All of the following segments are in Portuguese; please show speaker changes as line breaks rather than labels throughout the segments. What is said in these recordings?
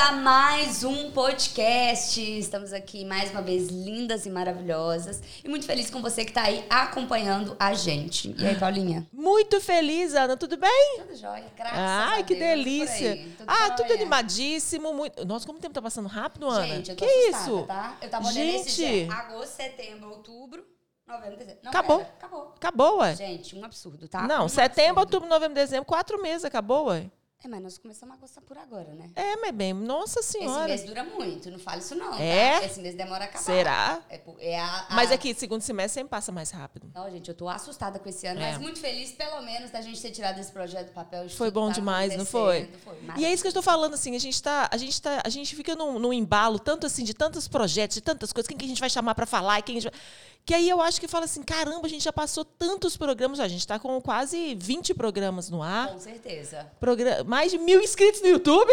a mais um podcast. Estamos aqui mais uma vez lindas e maravilhosas. E muito feliz com você que tá aí acompanhando a gente. E aí, Paulinha?
Muito feliz, Ana. Tudo bem?
Tudo jóia, graças a
Ai,
Deus.
que
por aí.
delícia.
Tudo
ah,
jóia.
tudo animadíssimo. Muito... Nossa, como o tempo tá passando rápido, Ana.
Gente, eu tô
que
assustada,
isso?
tá? Eu tava olhando esse
Gente.
dia. Agosto, setembro, outubro, novembro, dezembro. Não,
Acabou.
pera, acabou.
Acabou, ué?
Gente, um absurdo, tá?
Não,
Um
setembro,
absurdo.
outubro, novembro, dezembro, quatro meses, acabou, ué?
É, mas nós começamos a gostar por agora, né?
É, mas bem, nossa
Esse
senhora.
mês dura muito, não fala isso não, tá?
É?
Esse mês demora a acabar.
Será?
É, por- é a, a-
Mas aqui, segundo semestre sempre passa mais rápido.
Não, gente, eu tô assustada com esse ano,
É.
mas muito feliz, pelo menos, da gente ter tirado esse projeto do papel. de
Foi
tudo que
bom
tá
demais, não
acontecendo.
E é isso que eu estou falando, assim, a gente tá, a gente tá, a gente fica num, num embalo tanto assim de tantos projetos, de tantas coisas, quem que a gente vai chamar para falar, e quem a gente vai... que aí eu acho que fala assim, caramba, a gente já passou tantos programas, a gente tá com quase 20 programas no ar,
Com certeza.
progra- mais de mil inscritos no YouTube.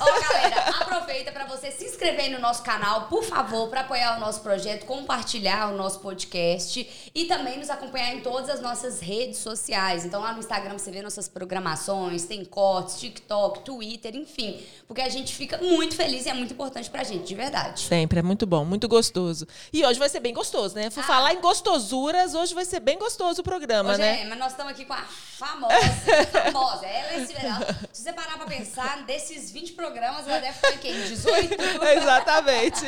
Ó, galera, aproveita pra você se inscrever aí no nosso canal, por favor, pra apoiar o nosso projeto, compartilhar o nosso podcast e também nos acompanhar em todas as nossas redes sociais. Então lá no Instagram você vê nossas programações, tem cortes, TikTok, Twitter, enfim. Porque a gente fica muito feliz e é muito importante pra gente, de verdade.
Sempre, é muito bom, muito gostoso. E hoje vai ser bem gostoso, né? Por
Ah.
falar em gostosuras, hoje vai ser bem gostoso o programa,
Ô,
né?
Gê, mas nós estamos aqui com a famosa, famosa, ela é Cinderela. Se você parar pra pensar, desses 20 programas, ela deve ter quem? 18?
É Exatamente.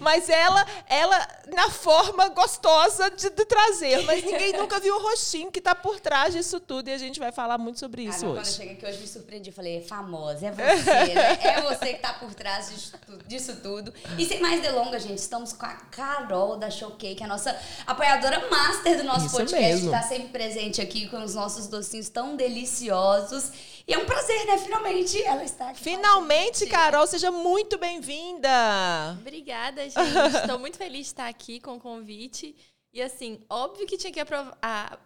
Mas ela, ela na forma gostosa de, de trazer. Mas ninguém nunca viu o rostinho que tá por trás disso tudo. E a gente vai falar muito sobre
Cara,
isso
Ah, quando eu
hoje.
cheguei aqui hoje me surpreendi, eu falei, é famosa, é você, né? É você que tá por trás disso, tu- disso tudo. E sem mais delongas, gente, estamos com a Carol da Showcake, a nossa apoiadora master do nosso
Isso
podcast,
mesmo.
que tá sempre presente aqui com os nossos docinhos tão deliciosos. E é um prazer, né? Finalmente ela está aqui. com a
Finalmente,
gente.
Carol, seja muito bem-vinda.
Obrigada, gente. Estou muito feliz de estar aqui com o convite. E assim, óbvio que tinha que aprov- a-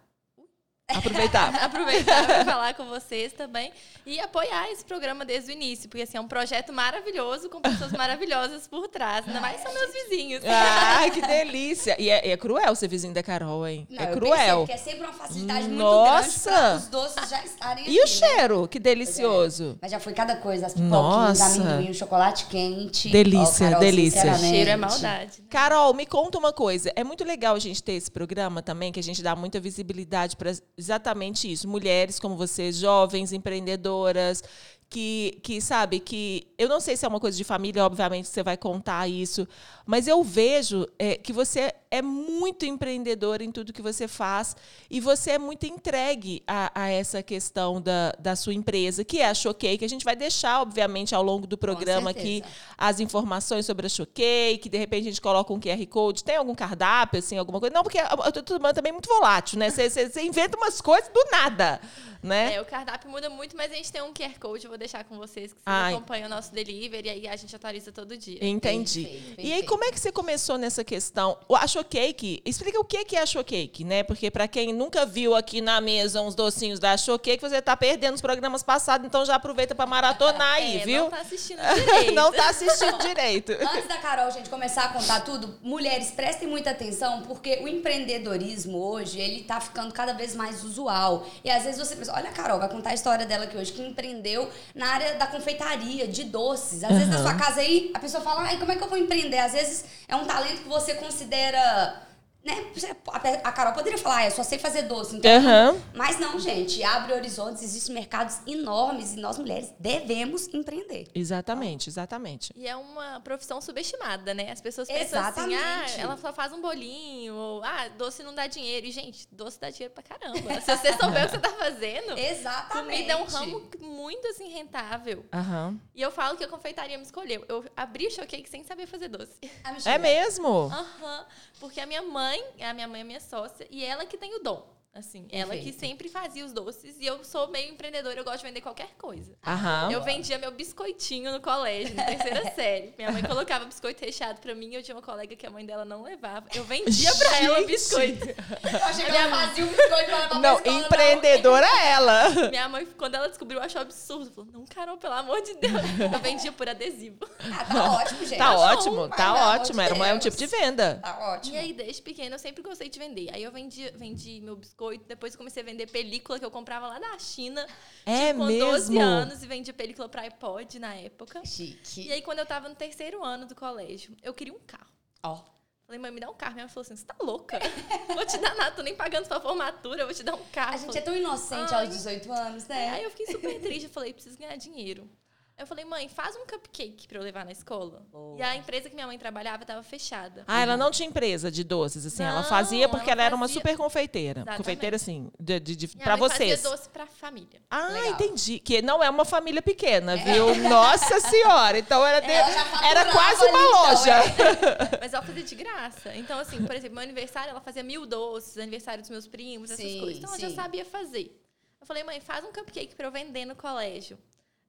Aproveitar.
aproveitar para falar com vocês também e apoiar esse programa desde o início, porque assim, é um projeto maravilhoso com pessoas maravilhosas por trás, ainda mais são meus vizinhos.
É. Ai, que delícia. E é, é cruel ser vizinho da Carol, hein?
Não,
é
eu
cruel.
percebo que é sempre uma facilidade muito grande
Nossa!
pra os doces já estarem
E o
aqui, né?
cheiro? Que delicioso.
Mas já foi cada coisa, as
Nossa!
pipoquinhas, amendoim, o chocolate quente.
Delícia,
Ó, Carol,
delícia.
O
sinceramente.
cheiro é maldade. né?
Carol, me conta uma coisa. É muito legal a gente ter esse programa também, que a gente dá muita visibilidade para exatamente isso. Mulheres como você, jovens, empreendedoras, que, que sabe, que. Eu não sei se é uma coisa de família, obviamente, você vai contar isso, mas eu vejo é, que você é muito empreendedora em tudo que você faz e você é muito entregue a, a essa questão da, da sua empresa, que é a Choquei, que a gente vai deixar, obviamente, ao longo do programa aqui
certeza.
as informações sobre a Choquei, que de repente a gente coloca um QR Code, tem algum cardápio, assim, alguma coisa. Não, porque a a Tutumã também é muito volátil, né? Você- Você você inventa umas coisas do nada, né?
É, o cardápio muda muito, mas a gente tem um QR Code, eu vou deixar com vocês, que vocês
Ai.
acompanham o nosso delivery, aí a gente atualiza todo dia.
Entendi.
Perfeito,
E aí,
perfeito.
como é que você começou nessa questão? O a Showcake, explica o que que é a Showcake, né? Porque para quem nunca viu aqui na mesa uns docinhos da Showcake, você tá perdendo os programas passados, então já aproveita para maratonar aí,
É,
viu?
Não tá assistindo direito.
Não tá assistindo direito.
Antes da Carol, gente, começar a contar tudo, mulheres, prestem muita atenção, porque o empreendedorismo hoje, ele tá ficando cada vez mais usual. E às vezes você pensa, olha a Carol, vai contar a história dela aqui hoje, que empreendeu na área da confeitaria, de doces. Às vezes na
Aham.
sua casa aí, a pessoa fala, ai, como é que eu vou empreender? Às vezes é um talento que você considera... Né? Você- a- A Carol poderia falar, ah, eu só sei fazer doce,
É.
então
Aham.
Mas não, gente, abre horizontes, existem mercados enormes e nós mulheres devemos empreender.
Exatamente, exatamente.
E é uma profissão subestimada, né? As pessoas pensam assim,
Exatamente.
ah, ela só faz um bolinho, ou ah, doce não dá dinheiro. E, gente, doce dá dinheiro pra caramba. Se você souber o que você tá fazendo,
Exatamente.
comida é um ramo muito assim rentável.
Aham.
E eu falo que a confeitaria me escolheu. Eu abri o showcake sem saber fazer doce.
Ah, mentira.
É mesmo?
Aham. Porque a minha mãe, a minha mãe é minha sócia, e ela que tem o dom. Assim, ela que
Perfeito.
sempre fazia os doces e eu sou meio empreendedora, eu gosto de vender qualquer coisa.
Aham.
Eu vendia meu biscoitinho no colégio, na terceira
É.
série. Minha mãe colocava biscoito recheado pra mim, eu tinha uma colega que a mãe dela não levava. Eu vendia pra ela o
Gente!
biscoito.
Eu achei que ela fazia um biscoito pra levar pra
Não,
escola,
empreendedora é ela.
Minha mãe, quando ela descobriu, achou absurdo. Falou, não, Carol, pelo amor de Deus. Eu vendia por adesivo.
Ah, tá ótimo, gente. um
Tá
Não,
ótimo,
mas
tá
pelo amor
ótimo.
de
Era uma- é um
Deus.
tipo de venda.
Tá ótimo.
E aí, desde pequena, eu sempre gostei de vender. Aí eu vendi, vendi meu biscoito. Depois eu comecei a vender película que eu comprava lá da China.
É
Tinha Tipo, com
mesmo?
12 anos e vendia película pra iPod na época. E
Chique.
aí, quando eu tava no terceiro ano do colégio, eu queria um carro.
Ó.
Falei, mãe, me dá um carro. Minha mãe falou assim: você tá louca? Vou te dar nada, tô nem pagando sua formatura, eu vou te dar um carro.
A gente é tão inocente
Ai.
aos 18 anos,
Aí
né?
eu fiquei super triste, eu falei, preciso ganhar dinheiro. Aí Eu falei, mãe, faz um cupcake pra eu levar na escola.
Boa.
E a empresa que minha mãe trabalhava tava fechada.
Ah, ela não tinha empresa de doces, assim. ela
Não,
fazia porque ela,
ela
era uma
fazia-
super confeiteira.
Exatamente.
Confeiteira, assim, de, de, de-
Minha
pra
mãe
vocês.
fazia doce pra família.
Ah,
Legal.
entendi. Que não é uma família pequena, viu? Nossa Senhora! Então era, de-
Ela já faturava
era quase uma
ali, então,
loja.
Mas ela fazia de graça. Então, assim, por exemplo, meu aniversário, ela fazia mil doces, aniversário dos meus primos, essas
Sim,
coisas. Então, ela
sim.
já sabia fazer. Eu falei, mãe, faz um cupcake pra eu vender no colégio.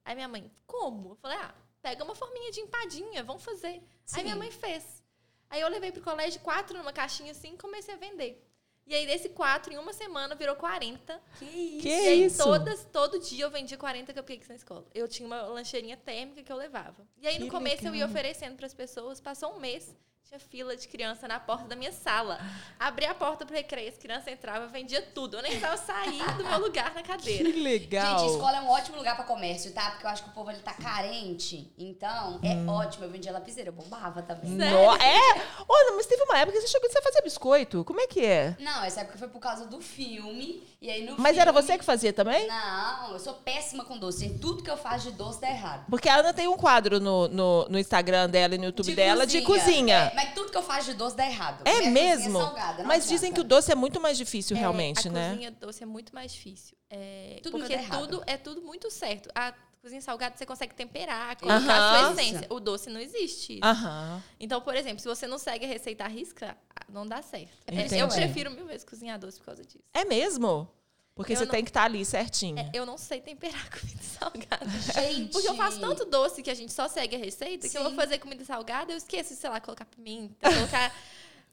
Aí minha mãe, como? Eu falei, ah, pega uma forminha de empadinha, vamos fazer.
Sim.
Aí minha mãe fez. Aí eu levei pro colégio quatro numa caixinha assim e comecei a vender. E aí, desse quatro, em uma semana, virou 40.
Que isso.
Que
e aí,
isso?
Todas, todo dia eu vendia 40 cupcakes na escola. Eu tinha uma lancheirinha térmica que eu levava. E aí,
Que
no começo, eu ia
legal.
oferecendo para as pessoas. Passou um mês, tinha fila de criança na porta da minha sala. Abri a porta pro recreio, as crianças entravam, eu vendia tudo. Eu nem precisava sair do meu lugar na
Que
cadeira.
legal.
Gente, escola é um ótimo lugar pra comércio, tá? Porque eu acho que o povo ele tá carente. Então, é
Hum.
ótimo. Eu vendia lapiseira, eu bombava também.
No- É? Olha, mas teve uma época que você chegou a fazer biscoito. Como é que é?
Não, essa época foi por causa do filme. E aí no
Mas era
filme-
você que fazia também?
Não, eu sou péssima com doce. Em Tudo que eu faço de doce dá errado.
Porque a Ana tem um quadro no, no, no Instagram dela e no YouTube dela de cozinha.
É, mas tudo que eu faço de doce dá errado.
É,
Minha cozinha
mesmo?
salgada, não
mas
adianta.
dizem que o doce é muito mais difícil, realmente,
é, a
né?
cozinha doce é muito mais difícil. É,
Tudo
porque
muito errado.
tudo é tudo muito certo. A cozinha salgada você consegue temperar, colocar a
Aham. Ah.
sua essência. O doce não existe.
Aham.
Então, por exemplo, se você não segue a receita à risca, não dá certo.
É por isso
Eu
que eu
prefiro mil vezes cozinhar doce por causa disso.
É mesmo? Porque
Eu
você
não-
tem que estar ali certinho.
É, eu não sei temperar comida salgada.
Gente.
Porque eu faço tanto doce que a gente só segue a receita que eu vou
Sim.
fazer comida salgada, eu esqueço, sei lá, colocar pimenta, colocar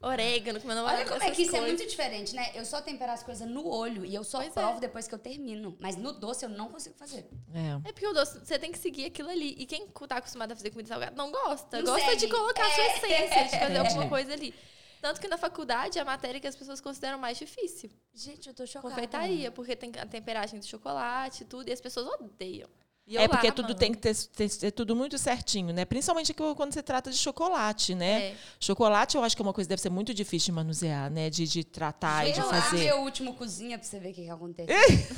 orégano, como eu não
Olha como é
essas
que isso é
coisas.
muito diferente, né? Eu só tempero as coisas no olho e eu só
Pois é.
provo depois que eu termino. Mas no doce eu não consigo fazer.
É.
É porque o doce, você tem que seguir aquilo ali. E quem tá acostumado a fazer comida salgada não gosta.
Não
gosta
segue.
de colocar a sua
É.
essência, de fazer
É.
alguma coisa ali. Tanto que na faculdade é a matéria que as pessoas consideram mais difícil.
Gente, eu tô chocada.
Confeitaria, porque tem a temperagem do chocolate e tudo, e as pessoas odeiam. E eu
É porque
lá,
tudo
mano.
tem que ter, ter- ter tudo muito certinho, né? Principalmente que- quando se trata de chocolate, né?
É.
Chocolate eu acho que é uma coisa que deve ser muito difícil de manusear, né? De, de tratar e
Vem
de
lá
fazer.
meu último cozinha pra você ver o que, que acontece.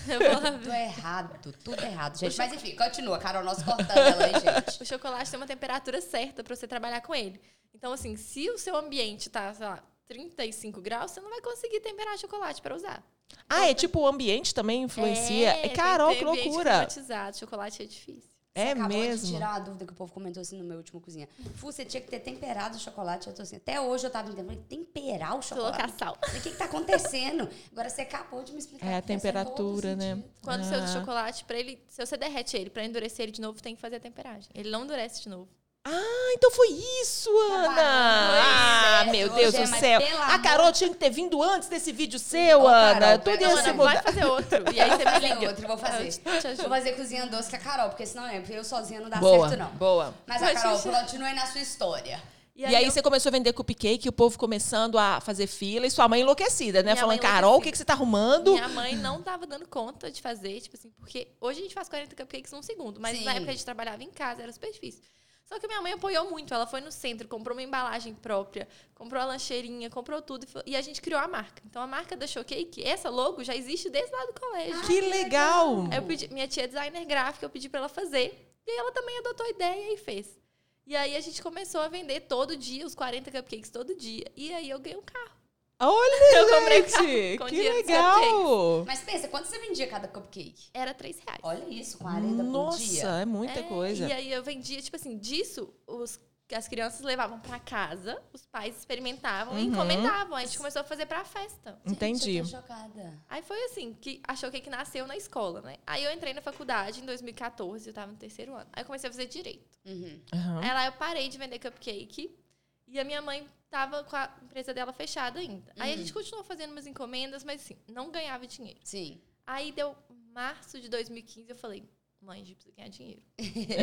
Eu vou lá ver.
tudo errado, tudo errado, gente. Mas enfim, continua, Carol, nós cortando ela, hein, gente.
O chocolate tem uma temperatura certa pra você trabalhar com ele. Então, assim, se o seu ambiente tá, sei lá, 35 graus, você não vai conseguir temperar chocolate pra usar.
Ah, é tipo o ambiente também influencia.
É, tem
Carol,
ter
que
ambiente
loucura!
climatizado, chocolate é difícil.
Você
É
acabou
mesmo.
de tirar uma dúvida que o povo comentou assim no meu último cozinha. Fu, você tinha que ter temperado o chocolate. Eu tô assim, até hoje eu tava entendendo. Falei, Temperar o
Colocar
chocolate?
sal.
O que que tá acontecendo? Agora você acabou de me explicar.
É a
que faz todo
temperatura, né?
sentido.
Quando você usa
Ah.
o chocolate, pra ele, se você derrete ele, pra endurecer ele de novo, tem que fazer a temperagem. Ele não endurece de novo.
Ah, então foi isso, Ana! Ah,
Pois é,
meu
hoje
Deus
é,
do
mas
céu!
pelo
A
amor-
Carol tinha que ter vindo antes desse vídeo seu,
Ô, Carol,
Ana! Tudo
pera,
ia
Não,
se
Ana,
mudar.
vai fazer outro. E aí você me
Fazer
liga. Ah,
outro, vou fazer.
Eu te
Vou
ajudo.
fazer cozinha doce com a Carol, porque senão é, eu sozinha não dá
Boa,
certo, não.
boa.
Mas a
Mas,
Carol,
gente-
continue na sua história.
E aí,
eu-
você começou a vender cupcake, o povo começando a fazer fila e sua mãe enlouquecida, né?
Minha
Falando,
mãe
Carol, o que,
enlouquecida.
que você tá arrumando?
Minha mãe não tava dando conta de fazer, tipo assim, porque hoje a gente faz 40 cupcakes num segundo, mas
Sim.
na época a gente trabalhava em casa, era super difícil. Só que minha mãe apoiou muito, ela foi no centro, comprou uma embalagem própria, comprou a lancheirinha, comprou tudo e fa- e a gente criou a marca. Então a marca da Showcake, essa logo já existe desde lá do colégio.
Ah,
Que legal!
Aí eu pedi, minha tia é designer gráfica, eu pedi pra ela fazer. E aí ela também adotou a ideia e fez. E aí a gente começou a vender todo dia, os 40 cupcakes todo dia. E aí eu ganhei um carro.
Olha,
Eu comprei
gente!
com
Que
dinheiro dos
legal!
Mas pensa, quanto você vendia cada cupcake?
Era três reais.
Olha isso, 40 por
Nossa,
dia.
é muita
É,
coisa.
E aí eu vendia, tipo assim, disso os, as crianças levavam pra casa, os pais experimentavam e
Uhum.
encomendavam. A gente começou a fazer pra festa.
Entendi.
Gente, eu tô chocada.
Aí foi assim, que achou que, que nasceu na escola, né? Aí eu entrei na faculdade em 2014, eu tava no terceiro ano. Aí eu comecei a fazer direito.
Uhum.
Aham.
Aí lá eu parei de vender cupcake e a minha mãe tava com a empresa dela fechada ainda.
Uhum.
Aí a gente continuou fazendo umas encomendas, mas assim, não ganhava dinheiro.
Sim.
Aí deu março de 2015, eu falei, mãe, a gente precisa ganhar dinheiro.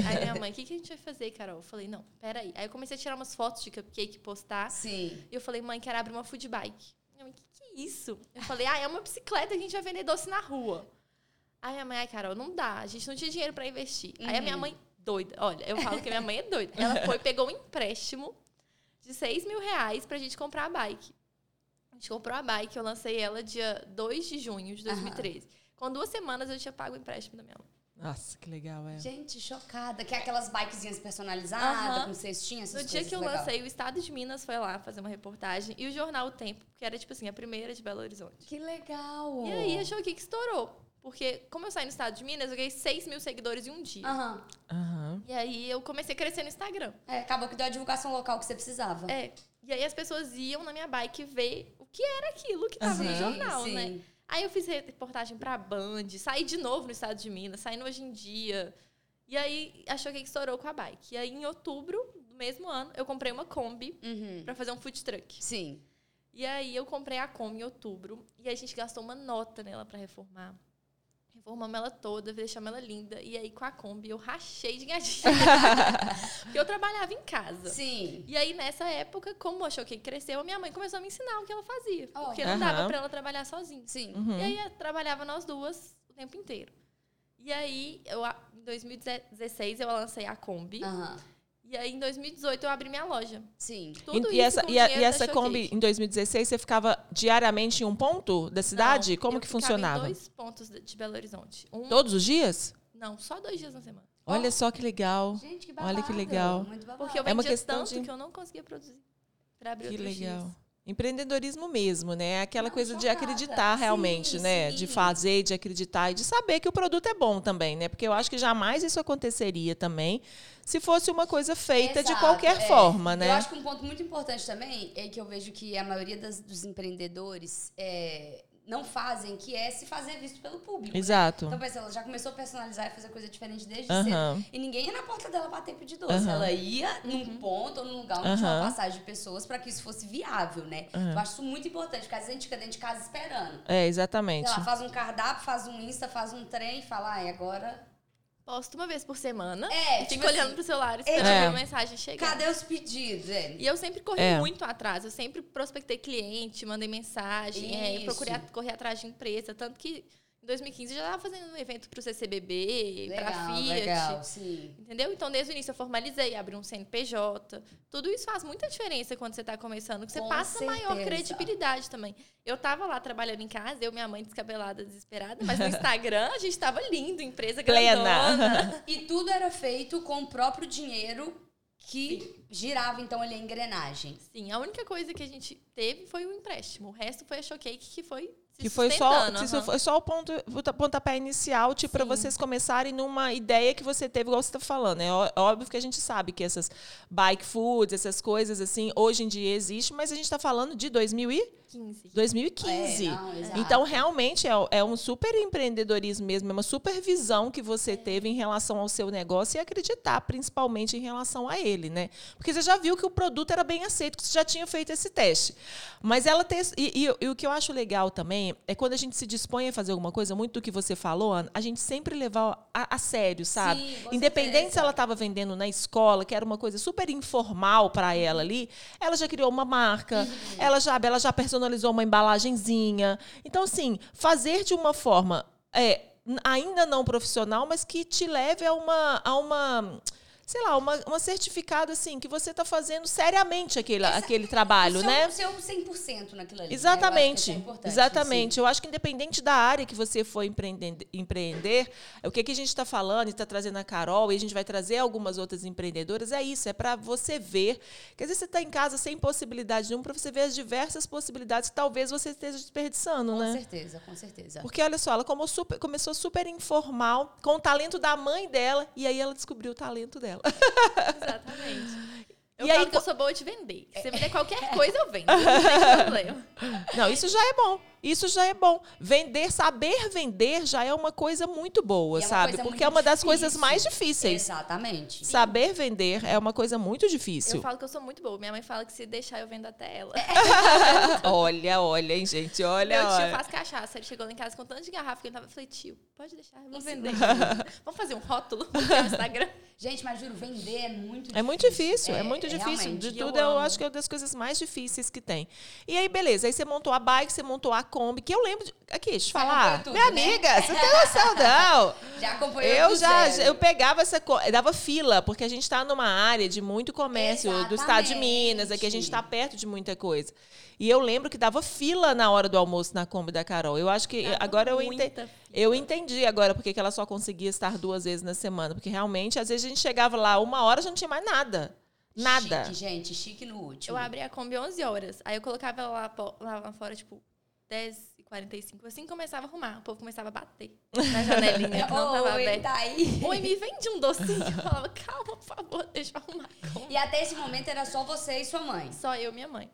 aí minha mãe, o que, que a gente vai fazer, Carol? Eu falei, não, peraí. Aí eu comecei a tirar umas fotos de cupcake e postar.
Sim.
E eu falei, mãe, quero abrir uma food bike. Minha mãe, o que, que é isso? Eu falei, ah, é uma bicicleta que a gente vai vender doce na rua. Aí minha mãe, ai, Carol, não dá, a gente não tinha dinheiro pra investir. Aí a minha
Uhum.
mãe, doida, olha, eu falo que a minha mãe é doida. Ela foi, pegou um empréstimo de 6 mil reais pra gente comprar a bike. A gente comprou a bike, eu lancei ela dia 2 de junho de 2013. Com duas semanas eu tinha pago o empréstimo da minha mãe.
Nossa, que legal, é.
Gente, chocada. Que é aquelas bikezinhas personalizadas,
Aham.
com cestinha, essas
No dia
coisas, é
que eu
legal.
lancei, o Estado de Minas foi lá fazer uma reportagem e o jornal O Tempo, que era tipo assim, a primeira de Belo Horizonte.
Que legal.
E aí achou que estourou. Porque, como eu saí no estado de Minas, eu ganhei 6 mil seguidores em um dia.
Aham.
Aham.
E aí eu comecei a crescer no Instagram.
É, acabou que deu a divulgação local que você precisava.
É. E aí as pessoas iam na minha bike ver o que era aquilo que tava no
Aham.
jornal,
sim.
né? Aí eu fiz reportagem pra Band, saí de novo no estado de Minas, saí no Hoje em Dia. E aí achou que estourou com a bike. E aí em outubro do mesmo ano, eu comprei uma Kombi
Uhum.
pra fazer um food truck.
Sim.
E aí eu comprei a Kombi em outubro e a gente gastou uma nota nela pra reformar. Reformamos ela toda, deixamos ela linda. E aí com a Kombi eu rachei de ganhar dinheiro. Porque eu trabalhava em casa.
Sim.
E aí nessa época, como achou que cresceu, a minha mãe começou a me ensinar o que ela fazia.
Ó.
Porque não dava
Aham.
pra ela trabalhar sozinha.
Sim.
Uhum.
E aí eu trabalhava nós duas o tempo inteiro. E aí, eu, a- em 2016, eu lancei a Kombi.
Aham.
E aí, em 2018, eu abri minha loja.
Sim.
Tudo
e,
isso
e essa,
com
e, a- e
dinheiro da
essa
Showcase.
Kombi, em 2016, você ficava diariamente em um ponto da cidade?
Não,
Como
eu
que
ficava
funcionava?
Em dois pontos de de Belo Horizonte. Um,
Todos os dias?
não, só dois dias na semana.
Olha só que legal.
Gente, que babado.
Olha que legal.
Muito babado.
Porque eu
É uma
vendia
questão
tanto
de-
que eu não conseguia produzir para abrir
Que
outros
legal.
dias.
Empreendedorismo mesmo, né? Aquela
Não,
coisa de
chocada.
acreditar realmente,
Sim,
né?
sim.
De fazer, de acreditar e de saber que o produto é bom também, né? Porque eu acho que jamais isso aconteceria também se fosse uma coisa feita de
Exato,
qualquer
é.
forma,
Eu
né?
acho que um ponto muito importante também é que eu vejo que a maioria das- dos empreendedores é, não fazem, que é se fazer visto pelo público. né?
Exato.
Então, pensa, ela já começou a personalizar e fazer coisa diferente desde cedo.
Aham.
E ninguém ia na porta dela bater pedir doce.
Aham. Uhum.
Ela ia num ponto ou num lugar onde tinha uma
Aham.
passagem de pessoas pra que isso fosse viável, né?
Aham.
Eu acho isso muito importante, porque às vezes a gente fica dentro de casa esperando.
É, exatamente.
Sei lá, faz um cardápio, faz um Insta, faz um trem e fala, ai, agora.
Posto uma vez por semana
É,
e fico
tipo
olhando
assim,
pro celular esperando
É.
a mensagem chegar.
cadê os pedidos? É?
E eu sempre corri
É.
muito atrás. Eu sempre prospectei cliente, mandei mensagem, é, eu
Isso.
procurei a- correr atrás de empresa. Tanto que em 2015 eu já estava fazendo um evento para o CCBB, para
Legal,
Fiat.
legal, sim.
Entendeu? Então, desde o início eu formalizei, abri um CNPJ. Tudo isso faz muita diferença quando você está começando, que você
Com
passa maior
certeza.
credibilidade também. Eu tava lá trabalhando em casa, eu e minha mãe descabelada, desesperada, mas no Instagram a gente tava lindo, empresa
Plena.
grandona.
E tudo era feito com o próprio dinheiro que girava, então, ali a engrenagem.
Sim, assim. a única coisa que a gente teve foi o empréstimo. O resto foi a Showcake que foi se
Que foi só,
sustentando,
isso
aham.
foi só o ponto, o pontapé inicial, tipo, para vocês começarem numa ideia que você teve, igual você tá falando. É ó- óbvio que a gente sabe que essas bike foods, essas coisas assim, hoje em dia existe, mas a gente tá falando de 2000 e
15.
2015.
É, não, exato.
então, realmente, é, é um super empreendedorismo mesmo, é uma supervisão que você teve em relação ao seu negócio e acreditar, principalmente, em relação a ele, né? Porque você já viu que o produto era bem aceito, que você já tinha feito esse teste. Mas ela tem. E, e- e o que eu acho legal também é quando a gente se dispõe a fazer alguma coisa, muito do que você falou, Ana, a gente sempre levar a, a sério, sabe?
Sim, com
Independente se
certeza.
ela estava vendendo na escola, que era uma coisa super informal para
Uhum.
ela ali, ela já criou uma marca, ela, já, ela já personalizou uma embalagenzinha. Então, assim, fazer de uma forma é, n- ainda não profissional, mas que te leve a uma. A uma sei lá, uma, uma certificado assim, que você está fazendo seriamente aquele, aquele trabalho,
o seu,
né?
O é um seu 100% naquilo ali. né? Eu acho que isso é
Exatamente,
importante,
exatamente. Eu acho que independente da área que você for empreende- empreender, o que, que a gente está falando e está trazendo a Carol e a gente vai trazer algumas outras empreendedoras, é isso, é para você ver. Quer dizer, você está em casa sem possibilidade nenhuma, para você ver as diversas possibilidades que talvez você esteja desperdiçando,
Com
né?
certeza, com certeza.
Porque olha só, ela como super- começou super informal, com o talento da mãe dela, e aí ela descobriu o talento dela.
Exatamente. Eu
E
falo
aí, É.
que eu
co-
sou boa de vender. Se você me der qualquer coisa, eu vendo. Não tem problema.
Não, isso já é bom. Isso já é bom. Vender, saber vender já é uma coisa muito boa,
E é uma
sabe?
coisa
Porque
muito
é uma das coisas
difícil.
mais difíceis.
Exatamente.
Saber vender é uma coisa muito difícil.
Eu falo que eu sou muito boa. Minha mãe fala que se deixar, eu vendo até
É,
ela.
olha, olha, hein, gente, olha.
Meu tio
olha.
faz cachaça. Ele chegou lá em casa com um tanto de garrafa que ele tava. Eu falei, tio, pode deixar, eu vou
Isso.
vender. Vamos fazer um rótulo no meu Instagram.
Gente, mas juro, vender é muito difícil.
É muito difícil, é, muito difícil.
realmente.
De
e
tudo,
eu
eu,
amo.
acho que é uma das coisas mais difíceis que tem. E aí, beleza, aí você montou a bike, você montou a Kombi, que eu lembro. De... Aqui, deixa eu
Você
falar.
acompanhou
Minha
tudo, né?
amiga, você tem noção, não?
Já acompanhou
Eu
do
já,
zero.
eu pegava essa, co- eu dava fila, porque a gente está numa área de muito comércio do estado de Minas, aqui a gente está perto de muita coisa. E eu lembro que dava fila na hora do almoço na Kombi da Carol. Eu acho que
Dava
agora eu
muita
entendi.
fila.
Eu entendi agora porque que ela só conseguia estar duas vezes na semana, porque realmente às vezes a gente chegava lá uma hora já não tinha mais nada. Nada.
Chique, gente, chique no último.
Eu abri a Kombi 11 horas. Aí eu colocava ela lá, po- lá fora, tipo, 10 e 45 Assim começava a arrumar. O povo começava a bater na janelinha que não tava
Oi,
aberta.
tá aí.
Oi, me vende um docinho. Eu falava, calma, por favor, deixa eu arrumar a Kombi.
E até esse momento era só você e sua mãe.
Só eu e minha mãe.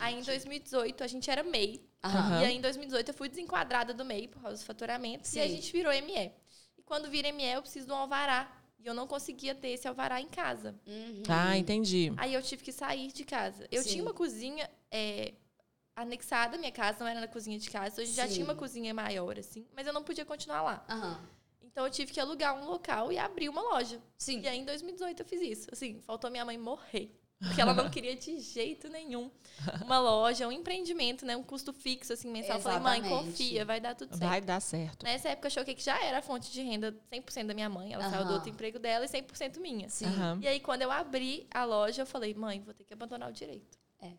Aí em 2018 a gente era MEI.
Aham.
E aí em 2018 eu fui desenquadrada do MEI por causa dos faturamentos e a
Sim.
gente virou ME. E quando vira ME eu preciso de um alvará. E eu não conseguia ter esse alvará em casa.
Uhum.
Ah, entendi.
Aí eu tive que sair de casa. Eu
Sim.
tinha uma cozinha é, anexada à minha casa, não era na cozinha de casa. Hoje já
Sim.
tinha uma cozinha maior, assim, mas eu não podia continuar lá.
Aham.
Então eu tive que alugar um local e abrir uma loja.
Sim.
E
é
aí, em 2018, eu fiz isso. Assim, faltou minha mãe morrer. Porque ela não queria de jeito nenhum uma loja, um empreendimento, né? Um custo fixo, assim, mensal. Eu falei, mãe,
Exatamente.
confia, vai dar tudo certo. Né,
Vai dar certo.
Nessa época, eu choquei que já era a fonte de renda 100% da minha mãe. Ela saiu do
Aham.
outro emprego dela e 100% minha.
Sim.
Aham.
E aí, quando eu abri a loja, eu falei, mãe, vou ter que abandonar o direito.
É.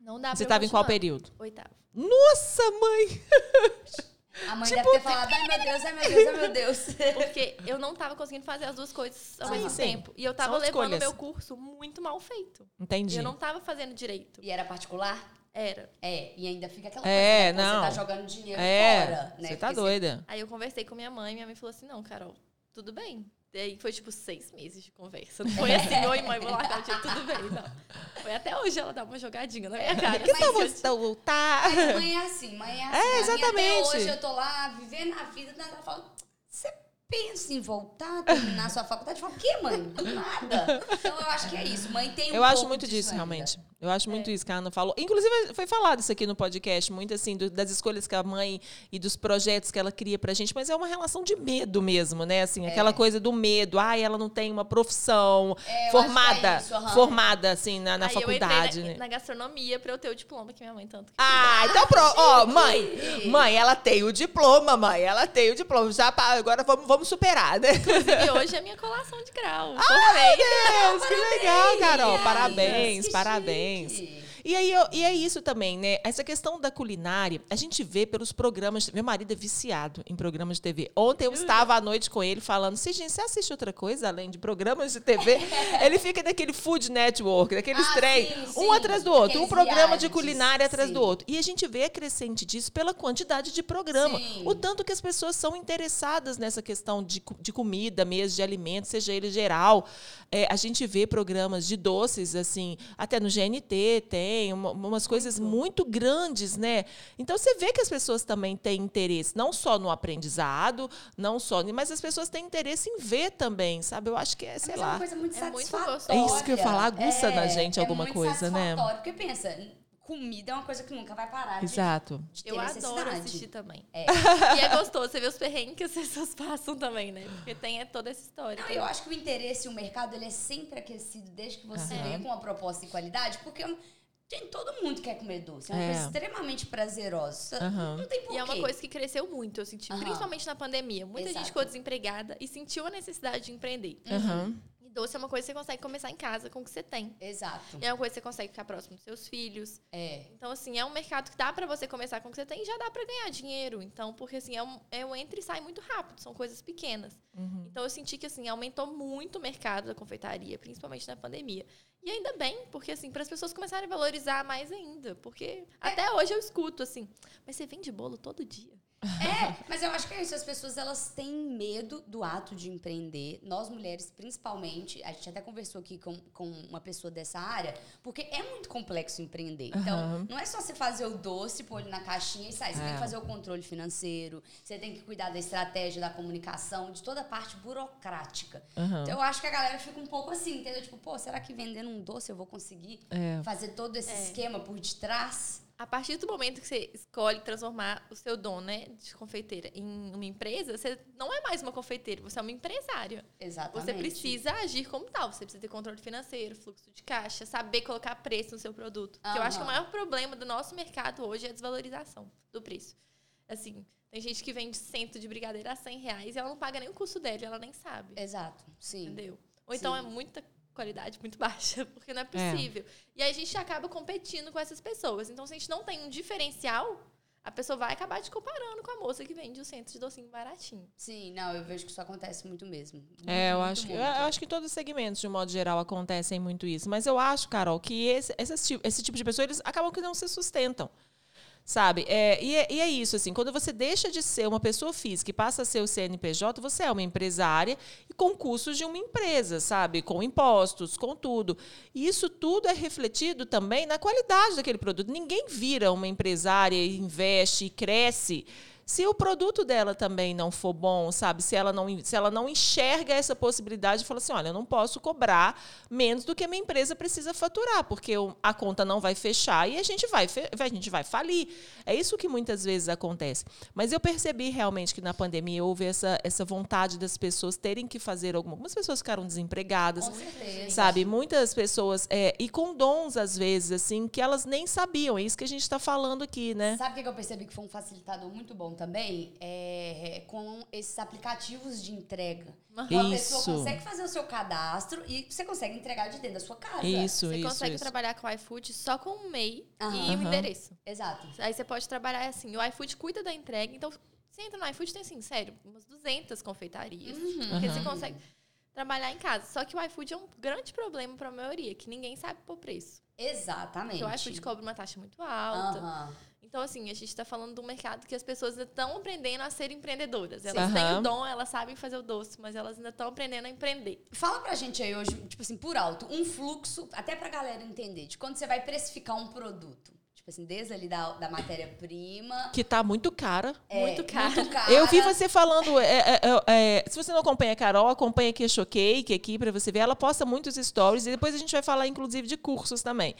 Não dá
Você
pra eu
estava em qual
continuar.
período?
Oitavo.
Nossa, mãe!
A mãe
tipo
deve ter falado, ai meu Deus, ai meu Deus, ai meu Deus.
Porque eu não tava conseguindo fazer as duas coisas ao
Sim,
mesmo
sim.
tempo. E eu tava
São
levando
escolhas.
meu curso muito mal feito.
Entendi.
Eu não tava fazendo direito.
E era particular?
Era.
É, e ainda fica aquela
É,
coisa, né? Pô,
não.
Você tá jogando dinheiro
É,
fora, né?
você tá
Porque
doida.
Aí eu conversei com minha mãe, minha mãe falou assim: não, Carol, tudo bem. E aí foi tipo seis meses de conversa. Não foi assim, oi, mãe, vou largar o dia, tudo bem. Não. Foi até hoje ela dar uma jogadinha na minha cara.
Que
Mas
tal
eu-
você voltar?
Mas mãe é assim, mãe é assim. A minha
exatamente.
Até hoje eu tô lá vivendo a vida, né, ela fala, você pensa em voltar, terminar sua faculdade? Eu falo, o quê, mãe? Do nada. Então eu acho que é isso. Mãe tem um
Eu acho
pouco É.
muito disso,
ainda.
realmente. Eu acho muito isso que a Ana falou. Inclusive, foi falado isso aqui no podcast, muito assim, do- das escolhas que a mãe e dos projetos que ela cria pra gente, mas é uma relação de medo mesmo, né? Assim, aquela coisa do medo. Ai, ela não tem uma profissão
É, eu acho que
formada,
é isso, aham.
formada, assim, na, na
Aí
faculdade,
eu entrei na,
né?
na gastronomia pra eu ter o diploma que minha mãe tanto queria.
Ah, então pronto. Ó, mãe, mãe, ela tem o diploma, mãe, ela tem o diploma. Já, pa- agora vamos, vamos superar, né?
Inclusive, hoje é minha colação de grau.
Ah,
Ai, Deus, que legal, Carol.
Ai,
Parabéns,
que
parabéns.
chique.
E aí, eu- e é isso também, né? Essa questão da culinária, a gente vê pelos programas. Meu marido é viciado em programas de TV. Ontem eu estava à noite com ele falando: "Sim, gente, você assiste outra coisa além de programas de TV? ele fica daquele Food Network, daqueles
Ah,
trem,
sim,
um
sim.
atrás do outro, um
Aqueles
programa de
realities,
culinária atrás
sim.
do outro. E a gente vê a crescente disso pela quantidade de programa.
Sim.
O tanto que as pessoas são interessadas nessa questão de, co- de comida mesmo, de alimento, seja ele geral. É, a gente vê programas de doces, assim, até no GNT tem, uma- umas coisas muito grandes, né? Então você vê que as pessoas também têm interesse, não só no aprendizado, não só. Mas as pessoas têm interesse em ver também, sabe? Eu acho que é, sei
Mas é uma
lá.
coisa muito
É muito
satisfatória. É,
gostoso. É isso que eu ia falar, aguça na gente alguma
muito
coisa, né?
satisfatório, Porque pensa, comida é uma coisa que nunca vai parar de,
Exato.
de ter
Eu adoro
necessidade.
assistir também.
É.
E é gostoso, você vê os perrengues que as pessoas passam também, né? Porque tem é, toda essa história.
Não, eu acho que o interesse e o mercado ele é sempre aquecido desde que você
Aham.
vem com uma proposta de qualidade, porque gente, todo mundo quer comer doce. É uma
É.
coisa extremamente prazerosa.
Aham.
Não tem porquê.
E é uma coisa que cresceu muito, eu senti,
Aham.
principalmente na pandemia. Muita
Exato.
gente ficou desempregada e sentiu a necessidade de empreender.
Aham.
E doce é uma coisa que você consegue começar em casa com o que você tem.
Exato.
E é uma coisa que você consegue ficar próximo dos seus filhos.
É.
Então, assim, é um mercado que dá pra você começar com o que você tem e já dá pra ganhar dinheiro. Então, porque assim, é um, é um entra e sai muito rápido, são coisas pequenas. Então, eu senti que, assim, aumentou muito o mercado da confeitaria, principalmente na pandemia. E ainda bem, porque, assim, para as pessoas começarem a valorizar mais ainda. Porque até hoje eu escuto, assim, mas você vende bolo todo dia?
É, mas eu acho que é isso. As pessoas elas têm medo do ato de empreender. Nós mulheres, principalmente, a gente até conversou aqui com, com uma pessoa dessa área, porque é muito complexo empreender. Então,
Aham.
não é só você fazer o doce, pôr ele na caixinha e sair. Você tem
É.
que fazer o controle financeiro, você tem que cuidar da estratégia, da comunicação, de toda a parte burocrática.
Aham.
Então, eu acho que a galera fica um pouco assim, entendeu? Tipo, pô, será que vendendo um doce eu vou conseguir
É.
fazer todo esse
É.
esquema por detrás?
A partir do momento que você escolhe transformar o seu dom, né, de confeiteira em uma empresa, você não é mais uma confeiteira, você é uma empresária.
Exatamente.
Você precisa agir como tal. Você precisa ter controle financeiro, fluxo de caixa, saber colocar preço no seu produto. Porque eu acho que o
Aham.
maior problema do nosso mercado hoje é a desvalorização do preço. Assim, tem gente que vende cento de brigadeiro a 100 reais e ela não paga nem o custo dela, ela nem sabe.
Exato, sim.
Entendeu? Ou então
Sim.
é muita qualidade muito baixa, porque não é possível. E aí a gente acaba competindo com essas pessoas. Então, se a gente não tem um diferencial, a pessoa vai acabar te comparando com a moça que vende o centro de docinho baratinho.
Sim, não, eu vejo que isso acontece muito mesmo. Muito,
É, eu
muito,
acho, que, eu
muito.
acho que em todos os segmentos, de um modo geral, acontecem muito isso. Mas eu acho, Carol, que esse, essas ti- esse tipo de pessoa, eles acabam que não se sustentam. Sabe? É, e, é, e é isso, assim, quando você deixa de ser uma pessoa física e passa a ser o CNPJ, você é uma empresária e com custos de uma empresa, sabe? Com impostos, com tudo. E isso tudo é refletido também na qualidade daquele produto. Ninguém vira uma empresária e investe e cresce se o produto dela também não for bom, sabe? Se ela não, se ela não enxerga essa possibilidade e fala assim: olha, eu não posso cobrar menos do que a minha empresa precisa faturar, porque eu- a conta não vai fechar e a gente vai, fe- a gente vai falir. É isso que muitas vezes acontece. Mas eu percebi realmente que na pandemia houve essa, essa vontade das pessoas terem que fazer alguma. Algumas pessoas ficaram desempregadas,
Com certeza.
é, sabe? Muitas pessoas. é, e com dons, às vezes, assim, que elas nem sabiam. É isso que a gente está falando aqui, né?
Sabe o que que eu percebi que foi um facilitador muito bom também? É, com esses aplicativos de entrega. Então, a pessoa
Isso.
consegue fazer o seu cadastro e você consegue entregar de dentro da sua casa.
Isso,
Você
isso.
consegue
isso.
trabalhar com o iFood só com o MEI
Aham.
e o
Aham.
endereço.
Exato.
Aí você pode trabalhar assim, o iFood cuida da entrega, então você entra no iFood tem assim, sério, umas 200 confeitarias, porque
Uhum.
você
Aham.
consegue trabalhar em casa. Só que o iFood é um grande problema para a maioria, que ninguém sabe pôr preço.
Exatamente.
Porque o iFood cobra uma taxa muito alta.
Aham.
Então assim, a gente está falando de um mercado que as pessoas ainda estão aprendendo a ser empreendedoras. Elas
Sim.
têm
Aham.
o dom, elas sabem fazer o doce, mas elas ainda estão aprendendo a empreender.
Fala pra gente aí hoje, tipo assim, por alto, um fluxo, até pra galera entender, de quando você vai precificar um produto. Tipo assim, desde ali da, da matéria-prima.
Que tá muito cara.
é,
muito caro.
Muito caro.
Eu vi você falando. é, é, é, é, se você não acompanha a Carol, acompanha aqui a Showcake aqui pra você ver. Ela posta muitos stories e depois a gente vai falar, inclusive, de cursos também.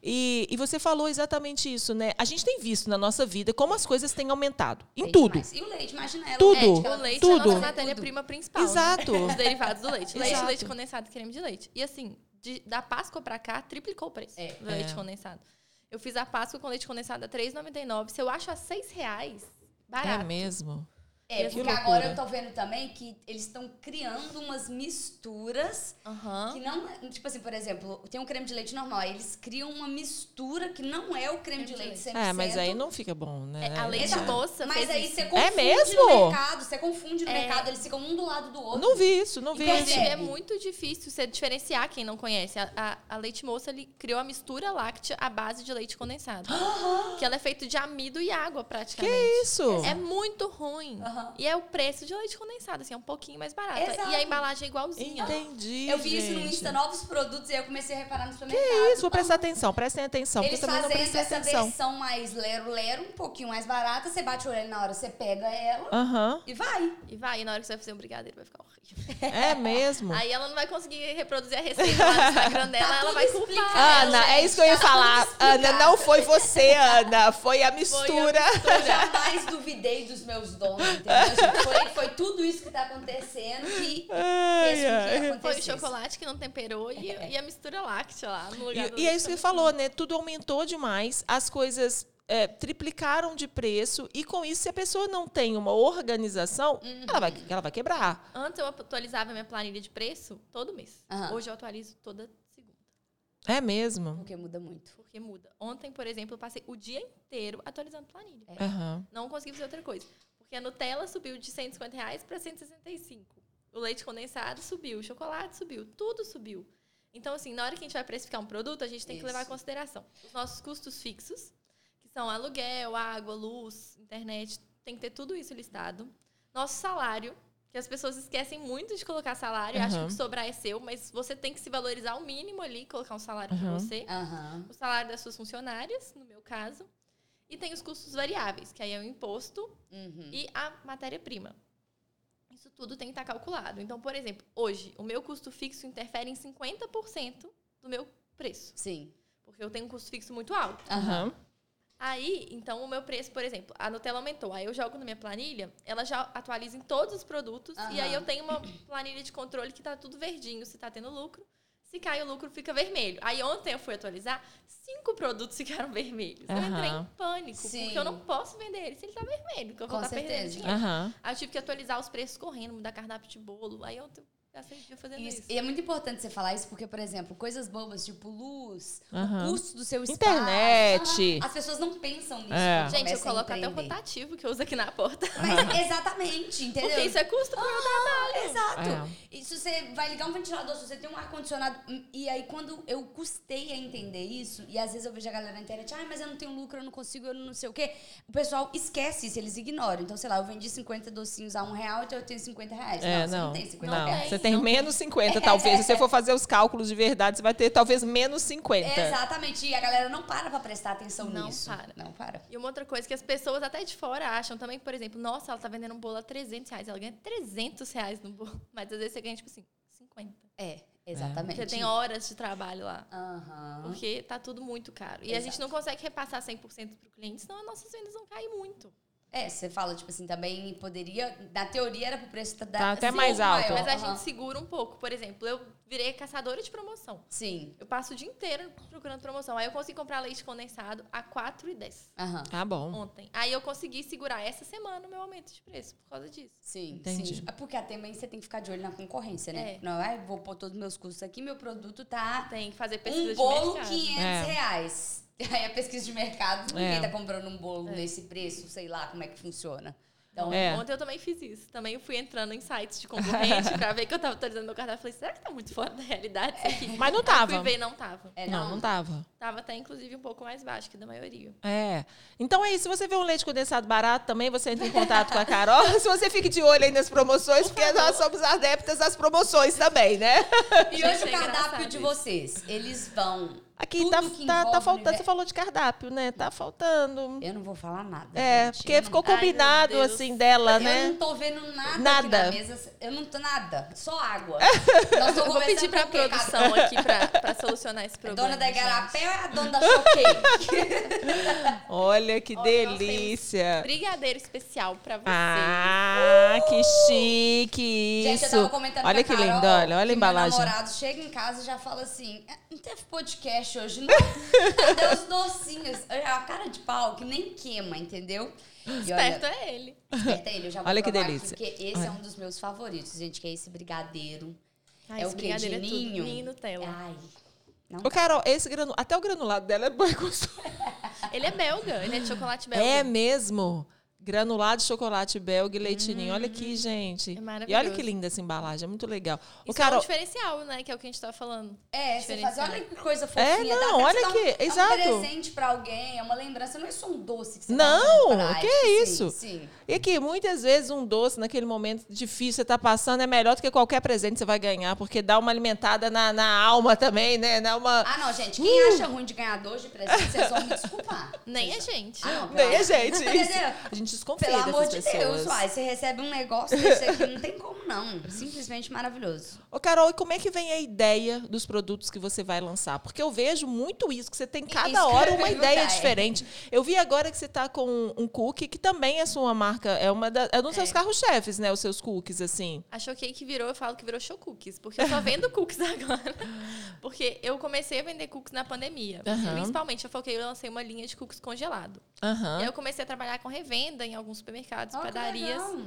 E, e você falou exatamente isso, né? A gente tem visto na nossa vida como as coisas têm aumentado. Em
Leite
tudo.
mais. E o leite, imagina ela.
Tudo.
o leite que
O
ela
leite é a
Tudo.
nossa matéria-prima
Tá,
principal. né?
Exato.
Os derivados do leite. Leite,
Exato.
leite condensado, creme de leite. E assim, de- da Páscoa pra cá, triplicou o preço
É.
do leite condensado. Eu fiz a Páscoa com leite condensado a R$3,99. Se eu acho a R$6,00, reais, barato.
É mesmo.
É,
Que
porque
loucura.
agora eu tô vendo também que eles estão criando umas misturas
Aham.
que não. Tipo assim, por exemplo, tem um creme de leite normal, aí eles criam uma mistura que não é o creme, de leite 100%.
É, mas aí não fica bom, né?
É, a leite
Exato.
moça
Mas
fez
aí
isso.
você confunde
mesmo?
no mercado, você confunde no
É.
mercado, eles ficam um do lado do outro.
Não vi isso, não vi
Inclusive,
isso.
Percebe.
é muito difícil você diferenciar quem não conhece. A, a- a leite moça ele criou a mistura láctea à base de leite condensado. que ela é feita de amido e água, praticamente.
Isso.
É muito ruim.
Aham.
E é o preço de leite condensado, assim, é um pouquinho mais barato.
Exato.
E a embalagem é igualzinha.
Entendi.
Eu vi isso no
gente.
Insta, novos produtos, e aí eu comecei a reparar no supermercado.
É isso, vou prestar atenção, prestem atenção,
Eles
porque eu também não
fazendo
prestei
essa
atenção.
versão mais lero-lero, um pouquinho mais barata, você bate o olho na hora, você pega ela
Aham.
e vai.
E vai, e na hora que você vai fazer um brigadeiro vai ficar horrível.
É mesmo.
Aí ela não vai conseguir reproduzir a receita lá no Instagram dela,
Tá
ela
tudo
vai
explicado.
culpar.
Ah,
Ana, é
gente,
isso que eu ia
tá
falar.
tudo explicado.
Ana, não foi você, Ana. Foi a mistura.
Eu jamais duvidei dos meus dons, entendeu? gente? Foi, foi tudo isso que tá acontecendo que fez
Ai,
com que
ai.
Foi o
acontecesse.
chocolate que não temperou e, e a mistura láctea lá no lugar do
É. E, e é isso que você falou, né? Tudo aumentou demais, as coisas é, triplicaram de preço, e com isso, se a pessoa não tem uma organização, ela, vai, ela vai quebrar.
Antes eu atualizava minha planilha de preço todo mês.
Aham.
Hoje eu atualizo toda segunda,
É mesmo.
Porque muda muito.
porque muda. Ontem, por exemplo, eu passei o dia inteiro atualizando planilha.
Aham.
Não consegui fazer outra coisa. Porque a Nutella subiu de 150 reais para 165. O leite condensado subiu, o chocolate subiu, tudo subiu. Então, assim, na hora que a gente vai precificar um produto, a gente tem que levar em
Isso.
consideração os nossos custos fixos, que são aluguel, água, luz, internet, Tem que ter tudo isso listado. Nosso salário, que as pessoas esquecem muito de colocar salário, acham que
Aham.
o que sobrar é seu, mas você tem que se valorizar ao mínimo ali, colocar um salário pra
Aham.
você.
Aham.
O salário das suas funcionárias, no meu caso. E tem os custos variáveis, que aí é o imposto
Uhum.
e a matéria-prima. Isso tudo tem que estar calculado. Então, por exemplo, hoje, o meu custo fixo interfere em 50% do meu preço,
Sim.
porque eu tenho um custo fixo muito alto.
Aham.
Aham.
Aí, então, o meu preço, por exemplo, a Nutella aumentou, aí eu jogo na minha planilha, ela já atualiza em todos os produtos, e aí
Aham.
eu tenho uma planilha de controle que tá tudo verdinho, se tá tendo lucro. Se cai o lucro, fica vermelho. Aí ontem eu fui atualizar, cinco produtos ficaram vermelhos. Eu entrei em
Aham.
pânico,
Sim.
porque eu não posso vender ele se ele tá vermelho, porque eu vou
Com
estar perdendo
certeza.
dinheiro.
Aham.
Aí eu tive que atualizar os preços correndo, mudar cardápio de bolo. Aí eu te- gastei o dia fazendo isso.
Isso. E é muito importante você falar isso, porque, por exemplo, coisas bobas tipo luz,
Aham.
o custo do seu espaço.
Internet.
Aham. As pessoas não pensam nisso.
É.
quando
Gente, eu
começam a
coloco até o
empreender.
rotativo que eu uso aqui na porta.
Mas, exatamente, entendeu?
Porque isso é custo pro meu trabalho.
É.
Exato. E se você vai ligar um ventilador, se você tem um ar-condicionado. hum, E aí, quando eu custei a entender isso, e às vezes eu vejo a galera na internet, ai, mas eu não tenho lucro, eu não consigo, eu não sei o quê. O pessoal esquece isso, eles ignoram. Então, sei lá, eu vendi 50 docinhos a um real, então eu tenho 50 reais.
É, não.
não, você não tem 50
não.
reais.
Você tem menos 50,
É.
talvez. Se você for fazer os cálculos de verdade, você vai ter talvez menos 50.
Exatamente. E a galera não para pra prestar atenção
Não
nisso.
para.
Não para.
E uma outra coisa que as pessoas até de fora acham também, por exemplo, nossa, ela tá vendendo um bolo a 300 reais. Ela ganha 300 reais no bolo. Mas às vezes você ganha, tipo assim, 50.
É, exatamente.
Você tem horas de trabalho lá.
Aham.
Porque tá tudo muito caro. E a gente
Exato.
não consegue repassar 100% pro cliente, senão as nossas vendas vão cair muito.
É, você fala, tipo assim, também poderia. Na teoria era pro preço da.
Tá até
Sim,
mais alto.
Mas a
Aham.
gente segura um pouco. Por exemplo, eu virei caçadora de promoção.
Sim.
Eu passo o dia inteiro procurando promoção. Aí eu consegui comprar leite condensado a 4,10
Aham.
Tá bom.
ontem. Aí eu consegui segurar essa semana o meu aumento de preço por causa disso.
Sim,
Entendi.
sim. É porque também você tem que ficar de olho na concorrência, né?
É.
Não é, vou pôr todos os meus custos aqui, meu produto tá
Tem que fazer pesquisa
um bolo
de mercado.
500
É.
reais. Aí a pesquisa de mercado,
É.
ninguém tá comprando um bolo
É.
nesse preço, sei lá como é que funciona. Então,
É.
Ontem eu também fiz isso. Também eu fui entrando em sites de concorrente pra ver que eu tava atualizando meu cardápio. Falei, será que tá muito fora da realidade isso aqui?
É, Mas não
Fui
tava.
ver, não tava.
é,
Não, não tava.
Tava até, inclusive, um pouco mais baixo que da maioria.
É. Então é isso. Se você vê um leite condensado barato também, você entra em contato com a Carol. Se você fique de olho aí nas promoções, porque nós somos adeptas às promoções também, né?
E
Gente,
hoje
é
o cardápio
engraçado
de
isso.
vocês, eles vão.
Aqui
Tudo
tá,
que
tá, tá
envolve
faltando. Você
universo.
falou de cardápio, né? Tá faltando.
Eu não vou falar nada.
É,
gente.
porque
Eu não-
ficou
Ai, meu
combinado,
Deus.
assim, dela,
Eu
né?
não tô vendo nada,
Nada.
aqui na mesa. Eu não tô nada. Só água. Nós
Eu
tô
vou pedir pra
produção.
produção aqui pra, pra solucionar esse
É
problema.
Dona da
gente.
Garapé ou é a dona da Choquei?
Olha que
Olha, nós temos
delícia.
Brigadeiro especial pra você.
Ah, que chique
Uh! Gente, eu tava
isso.
comentando
Olha
com
que
a Carol
lindo, olha, olha a
que
embalagem.
Meu namorado chega em casa e já fala assim: "Ah, não teve podcast hoje, não. Cadê os docinhos? É a cara de pau que nem queima, entendeu? E olha,
Esperto é ele.
esperta ele, eu já vou
Olha que
provar
delícia.
Aqui, porque esse
Olha.
é um dos meus favoritos, gente, que é esse brigadeiro.
Ai,
é
esse
o que? De
brigadeiro é tudo.
ninho?
Ninho e Nutella.
Ai. Não.
Ô, Carol, esse granu... até o granulado dela é bom e gostoso.
Ah.
Ele é belga, ele é de chocolate belga.
É mesmo? Granulado de chocolate belga e leitinho. Olha
Uhum.
aqui, gente.
É
e olha
maravilhoso.
que linda essa embalagem, é muito legal. Ô,
Isso é um
Carol,
diferencial, né? Que é o que a gente tá falando.
É, você faz,
Diferenciado.
olha que coisa fofinha.
É,
dá
não,
até
olha
pra
que-
dar um,
exato.
É um presente pra alguém, é uma lembrança, não é só um doce que você
Não,
dá pra
que é
praia, sim,
isso?
Sim.
e aqui, muitas vezes um doce naquele momento difícil que você tá passando é melhor do que qualquer presente que você vai ganhar, porque dá uma alimentada na, na alma também, né? Dá uma...
Ah, não, gente, quem
Uh.
acha ruim de ganhar dois de presente, vocês vão me desculpar.
Nem a gente.
Ah, não, pelo
Nem a
amor-
gente. isso.
Entendeu?
A gente desconfia
Pelo amor de
dessas pessoas.
Deus, uai, você recebe um negócio desse aqui, não tem como não. Simplesmente maravilhoso.
Ô, Carol, e como é que vem a ideia dos produtos que você vai lançar? Porque eu vejo muito isso, que você tem cada
Isso que eu
hora
ia
uma
perguntar,
ideia
é.
diferente. Eu vi agora que você está com um- um cookie, que também é sua marca, é uma da, é um dos
É.
seus carros-chefes, né? Os seus cookies, assim.
A Choquei que virou, eu falo que virou show cookies, porque eu só vendo cookies agora. Porque eu comecei a vender cookies na pandemia.
Aham.
Principalmente, eu foquei, eu lancei uma linha de cookies congelado.
Aham.
E aí eu comecei a trabalhar com revenda em alguns supermercados,
Ó, Ah, que
padarias.
legal.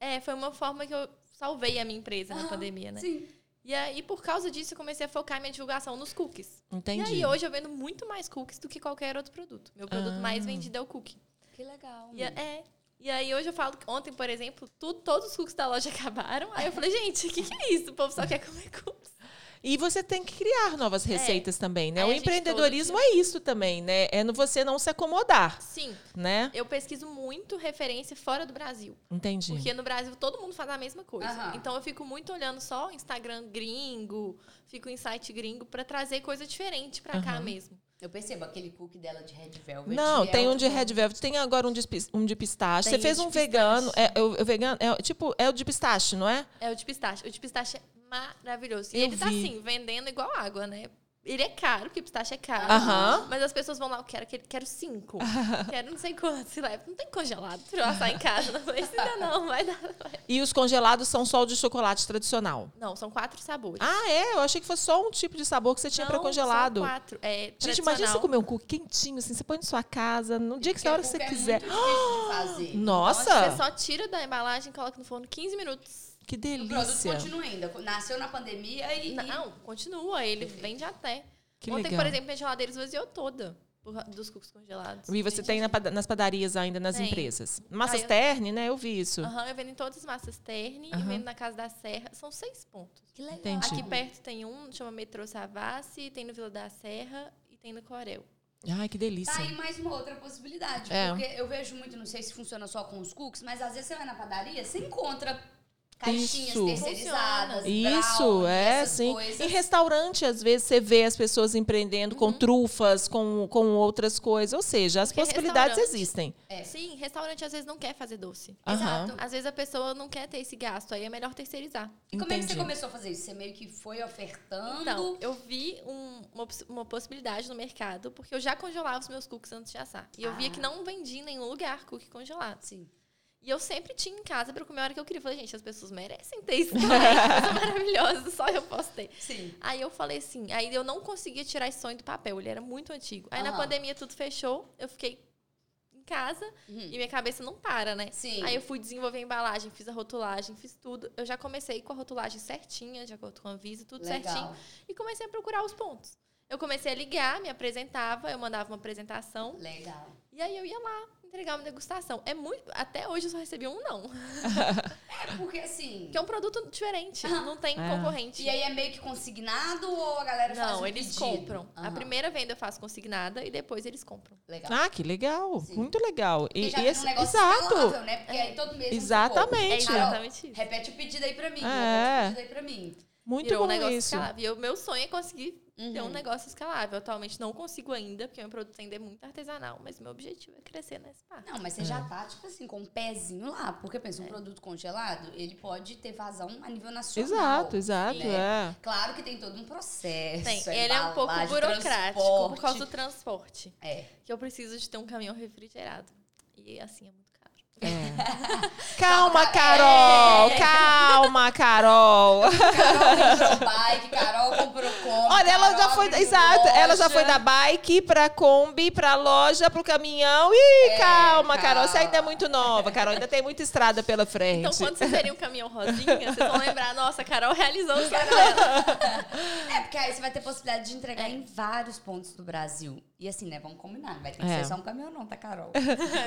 É, foi uma forma que eu salvei a minha empresa na
Aham,
pandemia, né?
Ah, Sim.
E aí, por causa disso, eu comecei a focar minha divulgação nos cookies.
Entendi.
E aí, hoje eu vendo muito mais cookies do que qualquer outro produto. Meu produto
Ah.
mais vendido é o cookie.
Que legal.
E, a- é. E aí, hoje eu falo que ontem, por exemplo, tu- todos os cookies da loja acabaram. Aí eu falei, gente, o que, que é isso? O povo só quer comer cookies.
E você tem que criar novas receitas também, né?
Aí
o
a gente
empreendedorismo
todo
é isso também, né? É no você não se acomodar,
Sim,
né?
eu pesquiso muito referência fora do Brasil.
Entendi.
Porque no Brasil todo mundo faz a mesma coisa.
Aham.
Então eu fico muito olhando só o Instagram gringo, fico em site gringo pra trazer coisa diferente pra cá
Aham.
mesmo.
Eu percebo aquele cookie dela de red velvet.
Não,
é
tem um de
outro
red velvet, tem agora um de, pis- um de pistache.
Tem
Você fez
de
um
pistache.
vegano, é, o, o vegano, é, tipo, é o de pistache, não é?
É o de pistache. O de pistache é maravilhoso. E
Eu
ele tá
vi.
assim, vendendo igual água, né? Ele é caro, porque pistache é caro.
Aham.
Mas as pessoas vão lá, eu quero, aquele- quero cinco. quero não sei quantos. Sei lá, é não tem congelado pra eu assar em casa. Não precisa, não. Vai dar. vai.
E os congelados são só o de chocolate tradicional.
Não, são quatro sabores.
Ah, é? Eu achei que fosse só um tipo de sabor que você tinha
Não,
para congelado.
São quatro. É,
Gente, imagina você
tradicional.
comer um cookie quentinho, assim, você põe na sua casa, no dia que, você,
Porque
a hora que
cookie
você
é
quiser.
Muito difícil de fazer.
Nossa,
Então, Você só tira da embalagem e coloca no forno 15 minutos.
que
Então, assim, O produto
delícia.
continua ainda. Nasceu na Ah, pandemia e. e-
Não, continua, ele vende até.
Que
Ontem,
legal.
por exemplo, minha geladeira esvaziou toda por ra- dos cookies congelados.
E você tem na pada- nas padarias ainda, nas
Tem.
empresas. Massas
Ah, eu-
terne, né? Eu vi isso.
Ah.
Aham, eu vendo em todas as massas terne e
Aham.
vendo na Casa da Serra. São seis pontos.
Que legal.
Entendi.
Aqui perto tem um, chama Metrô Savassi, tem no Vila da Serra e tem no Corel.
Ai, que delícia.
Tá aí mais uma outra possibilidade.
É.
Porque eu vejo muito, não sei se funciona só com os cookies, mas às vezes você vai na padaria, você encontra caixinhas
Isso.
terceirizadas.
Isso,
brownie,
é,
essas
sim.
coisas. Uhum.
Em restaurante, às vezes, você vê as pessoas empreendendo com trufas, com, com outras coisas. Ou seja, as
Porque
possibilidades
restaurante-
existem.
É.
Sim, restaurante às vezes não quer fazer doce.
Aham.
Exato.
Às vezes a pessoa não quer ter esse gasto, aí é melhor terceirizar.
E como é que você
Entendi.
começou a fazer isso? Você meio que foi ofertando.
Então, eu vi um- uma, poss- uma possibilidade no mercado, porque eu já congelava os meus cookies antes de assar. E eu via
Ah.
que não vendia em nenhum lugar cookie congelado.
Sim.
E eu sempre tinha em casa pra comer a hora que eu queria. Eu falei, gente, as pessoas merecem ter isso também. coisa maravilhosa, só eu posso ter.
Sim.
Aí eu falei assim, aí eu não conseguia tirar esse sonho do papel, ele era muito antigo. Aí na
Aham.
pandemia tudo fechou, eu fiquei em casa e minha cabeça não para, né?
Uhum. Sim.
Aí eu fui desenvolver a embalagem, fiz a rotulagem, fiz tudo. Eu já comecei com a rotulagem certinha, de acordo com a Anvisa, tudo certinho.
Legal.
E comecei a procurar os pontos. Eu comecei a ligar, me apresentava, eu mandava uma apresentação.
Legal.
E aí eu ia lá entregar uma degustação. É muito. Até hoje eu só recebi um não.
É porque assim.
Porque é um produto diferente. Não tem
É.
concorrente.
E aí é meio que consignado ou a galera faz
não,
um
eles
pedido?
compram. A
Aham.
primeira venda eu faço consignada e depois eles compram.
Legal.
Ah, que legal.
Sim.
Muito legal. E,
Porque já
e
vira
esse-
um negócio
exato.
escalável, né? Porque aí todo mês. vamos
Exatamente.
É
supor, Carol,
exatamente isso.
Repete o pedido aí pra mim.
É.
Repete o pedido aí pra mim.
Muito
Virou um
bom
negócio
isso.
escalável. E o meu sonho é conseguir ter um
Uhum.
negócio escalável. Eu Atualmente não consigo ainda, porque meu produto ainda é muito artesanal, mas meu objetivo é crescer nessa parte.
Não, mas você
É.
já tá, tipo assim, com um pezinho lá. Porque pensa, um produto congelado, ele pode ter vazão a nível nacional.
Exato, exato. É.
Claro que tem todo um processo.
Tem. Ele é um pouco
embalagem,
burocrático por
transporte.
causa do transporte.
É.
Que eu preciso de ter um caminhão refrigerado. E assim é muito caro.
É. Calma, Carol!
É.
Calma, Carol!
Carol comprou bike, Carol comprou compra.
Olha, ela
Carol
já foi.
abriu
Exato, ela já
loja.
foi da bike pra Kombi, pra loja, pro caminhão. Ih,
É,
calma, Carol. Você
calma.
ainda é muito nova, Carol. Ainda tem muita estrada pela frente.
Então, quando vocês verem um caminhão rosinha, vocês vão lembrar, nossa, a Carol realizou o sonho.
É, porque aí você vai ter possibilidade de entregar
É.
em vários pontos do Brasil. E assim, né, vamos combinar. Não vai ter que
É.
ser só um caminhão não, tá, Carol?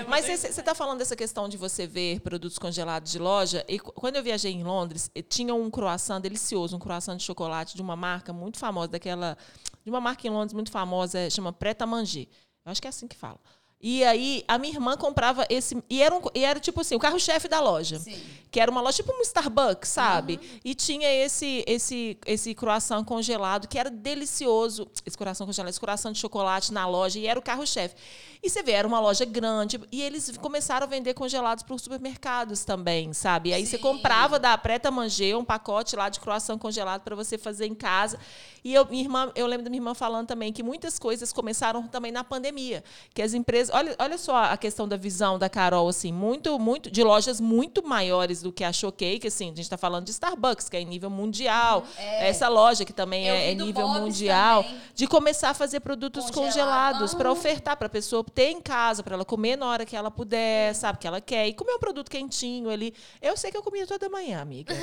Mas você está falando dessa questão de você ver produtos congelados de loja. E qu- quando eu viajei em Londres, eh, tinha um croissant delicioso, um croissant de chocolate de uma marca muito famosa, daquela. De uma marca em Londres muito famosa, eh, chama Preta Mangi. Eu acho que é assim que fala. E aí, a minha irmã comprava esse. E era, um co- e era tipo assim, o carro-chefe da loja.
Sim.
Que era uma loja tipo um Starbucks, sabe? E tinha esse esse esse croissant congelado que era delicioso. Esse croissant congelado, esse croissant de chocolate na loja e era o carro-chefe. E você vê, era uma loja grande e eles começaram a vender congelados para os supermercados também, sabe? E aí você
Sim.
comprava da Preta Manger um pacote lá de croissant congelado para você fazer em casa. E eu, minha irmã, eu lembro da minha irmã falando também que muitas coisas começaram também na pandemia, que as empresas, olha, olha só a questão da visão da Carol assim, muito muito de lojas muito maiores do que a Showcake, assim, a gente está falando de Starbucks, que é em nível mundial. Essa loja que também
É. Eu
é,
vi
é
do
nível
Bob's
mundial,
também.
de começar a fazer produtos
Congelado.
congelados para
Ah.
ofertar para a pessoa ter em casa, para ela comer na hora que ela puder, sabe, que ela quer. E comer um produto quentinho ali. Eu sei que eu comia toda manhã, amiga.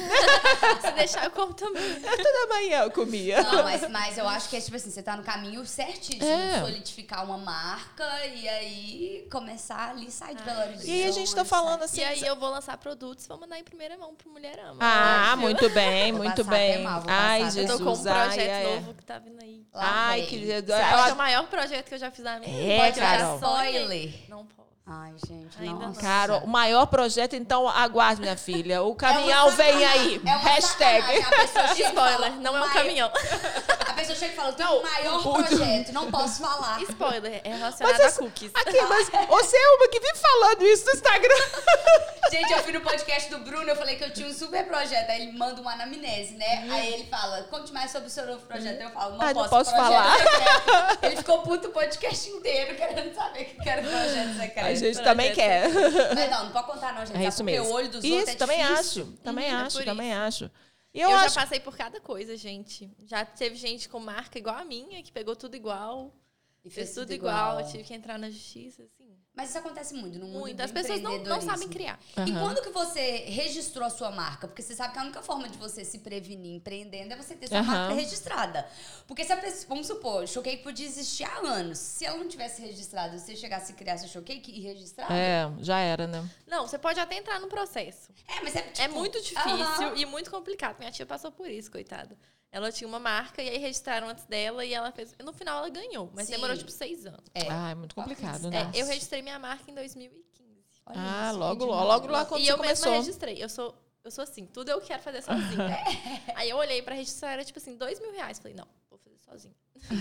Se deixar, eu como também.
toda manhã eu comia.
Não, mas, mas eu acho que é tipo assim, você tá no caminho certíssimo de
É.
solidificar uma marca e aí aí começar ali sair de Belo Horizonte.
E aí a gente tá falando assim.
E aí eu vou lançar produtos, vou mandar em primeira mão pro Mulherama.
Ah,
Óbvio.
muito bem,
Vou
muito
passar até
é
bem.
mal, vou
Ai,
passar até
Eu
Jesus.
mal.
tô com um
ai,
projeto
ai, ai.
novo que tá vindo aí.
Lá
Ai,
vem.
que eu,
Você acha que é
eu-
o maior projeto que eu já fiz na minha
É,
Pode olhar
Carol.
só e-
Spoiler. É
Não posso.
Ai, gente,
Ainda
nossa.
Cara, o maior projeto, então aguarde, minha filha.
É
O caminhão
uma
vem
sacanagem.
aí.
É uma
Hashtag.
sacanagem. A pessoa chega e fala,
Spoiler, não é um
"Mas
caminhão.
A pessoa chega e fala, tem
Não,
o maior
o-
projeto, não posso falar.
Spoiler, é
Mas
relacionado a
essa-
cookies.
Aqui, mas você é uma que vive falando isso no Instagram.
Gente, eu fui no podcast do Bruno, eu falei que eu tinha um super projeto. Aí ele manda uma anamnese, né? Aí ele fala, conte mais sobre o seu novo projeto. Eu falo, não
Ah,
posso,
não posso
projeto
falar.
secreto. Ele ficou puto o podcast inteiro querendo saber que quero projeto secreto.
É,
A gente também quer.
Mas não, não pode contar não, gente.
É
sabe?
isso
Porque
mesmo.
o olho dos outros
Isso,
é
também
difícil.
acho. Também
Uhum, é
acho,
por
também acho. E
Eu,
eu acho.
já passei por cada coisa, gente. Já teve gente com marca igual a minha, que pegou tudo igual,
E
fez tudo igual, tive que entrar na justiça, assim.
Mas isso acontece muito no mundo
Muito.
do
As pessoas não, não sabem
empreendedorismo.
criar.
E
Aham.
quando que você registrou a sua marca? Porque você sabe que a única forma de você se prevenir empreendendo é você ter sua
Aham.
marca registrada. Porque se a pessoa, vamos supor, Showcake podia existir há anos. Se ela não tivesse registrado, você chegasse e criasse o Showcake e registrar? É,
É, já era, né?
Não, você pode até entrar no processo.
mas é tipo,
É muito difícil
aham.
e muito complicado. Minha tia passou por isso, coitada. Ela tinha uma marca e aí registraram antes dela e ela fez. No final ela ganhou, mas
Sim.
demorou tipo seis anos.
É.
Ah, é muito complicado,
É,
né?
eu registrei minha marca em 2015.
Olha
Ah,
isso,
logo,
que
logo,
demais.
logo lá quando
e
você
eu mesma
começou.
registrei. Eu sou, eu sou assim, tudo eu quero fazer sozinha.
É.
aí eu olhei pra registrar, era tipo assim, dois mil reais. Falei, não, vou fazer sozinha.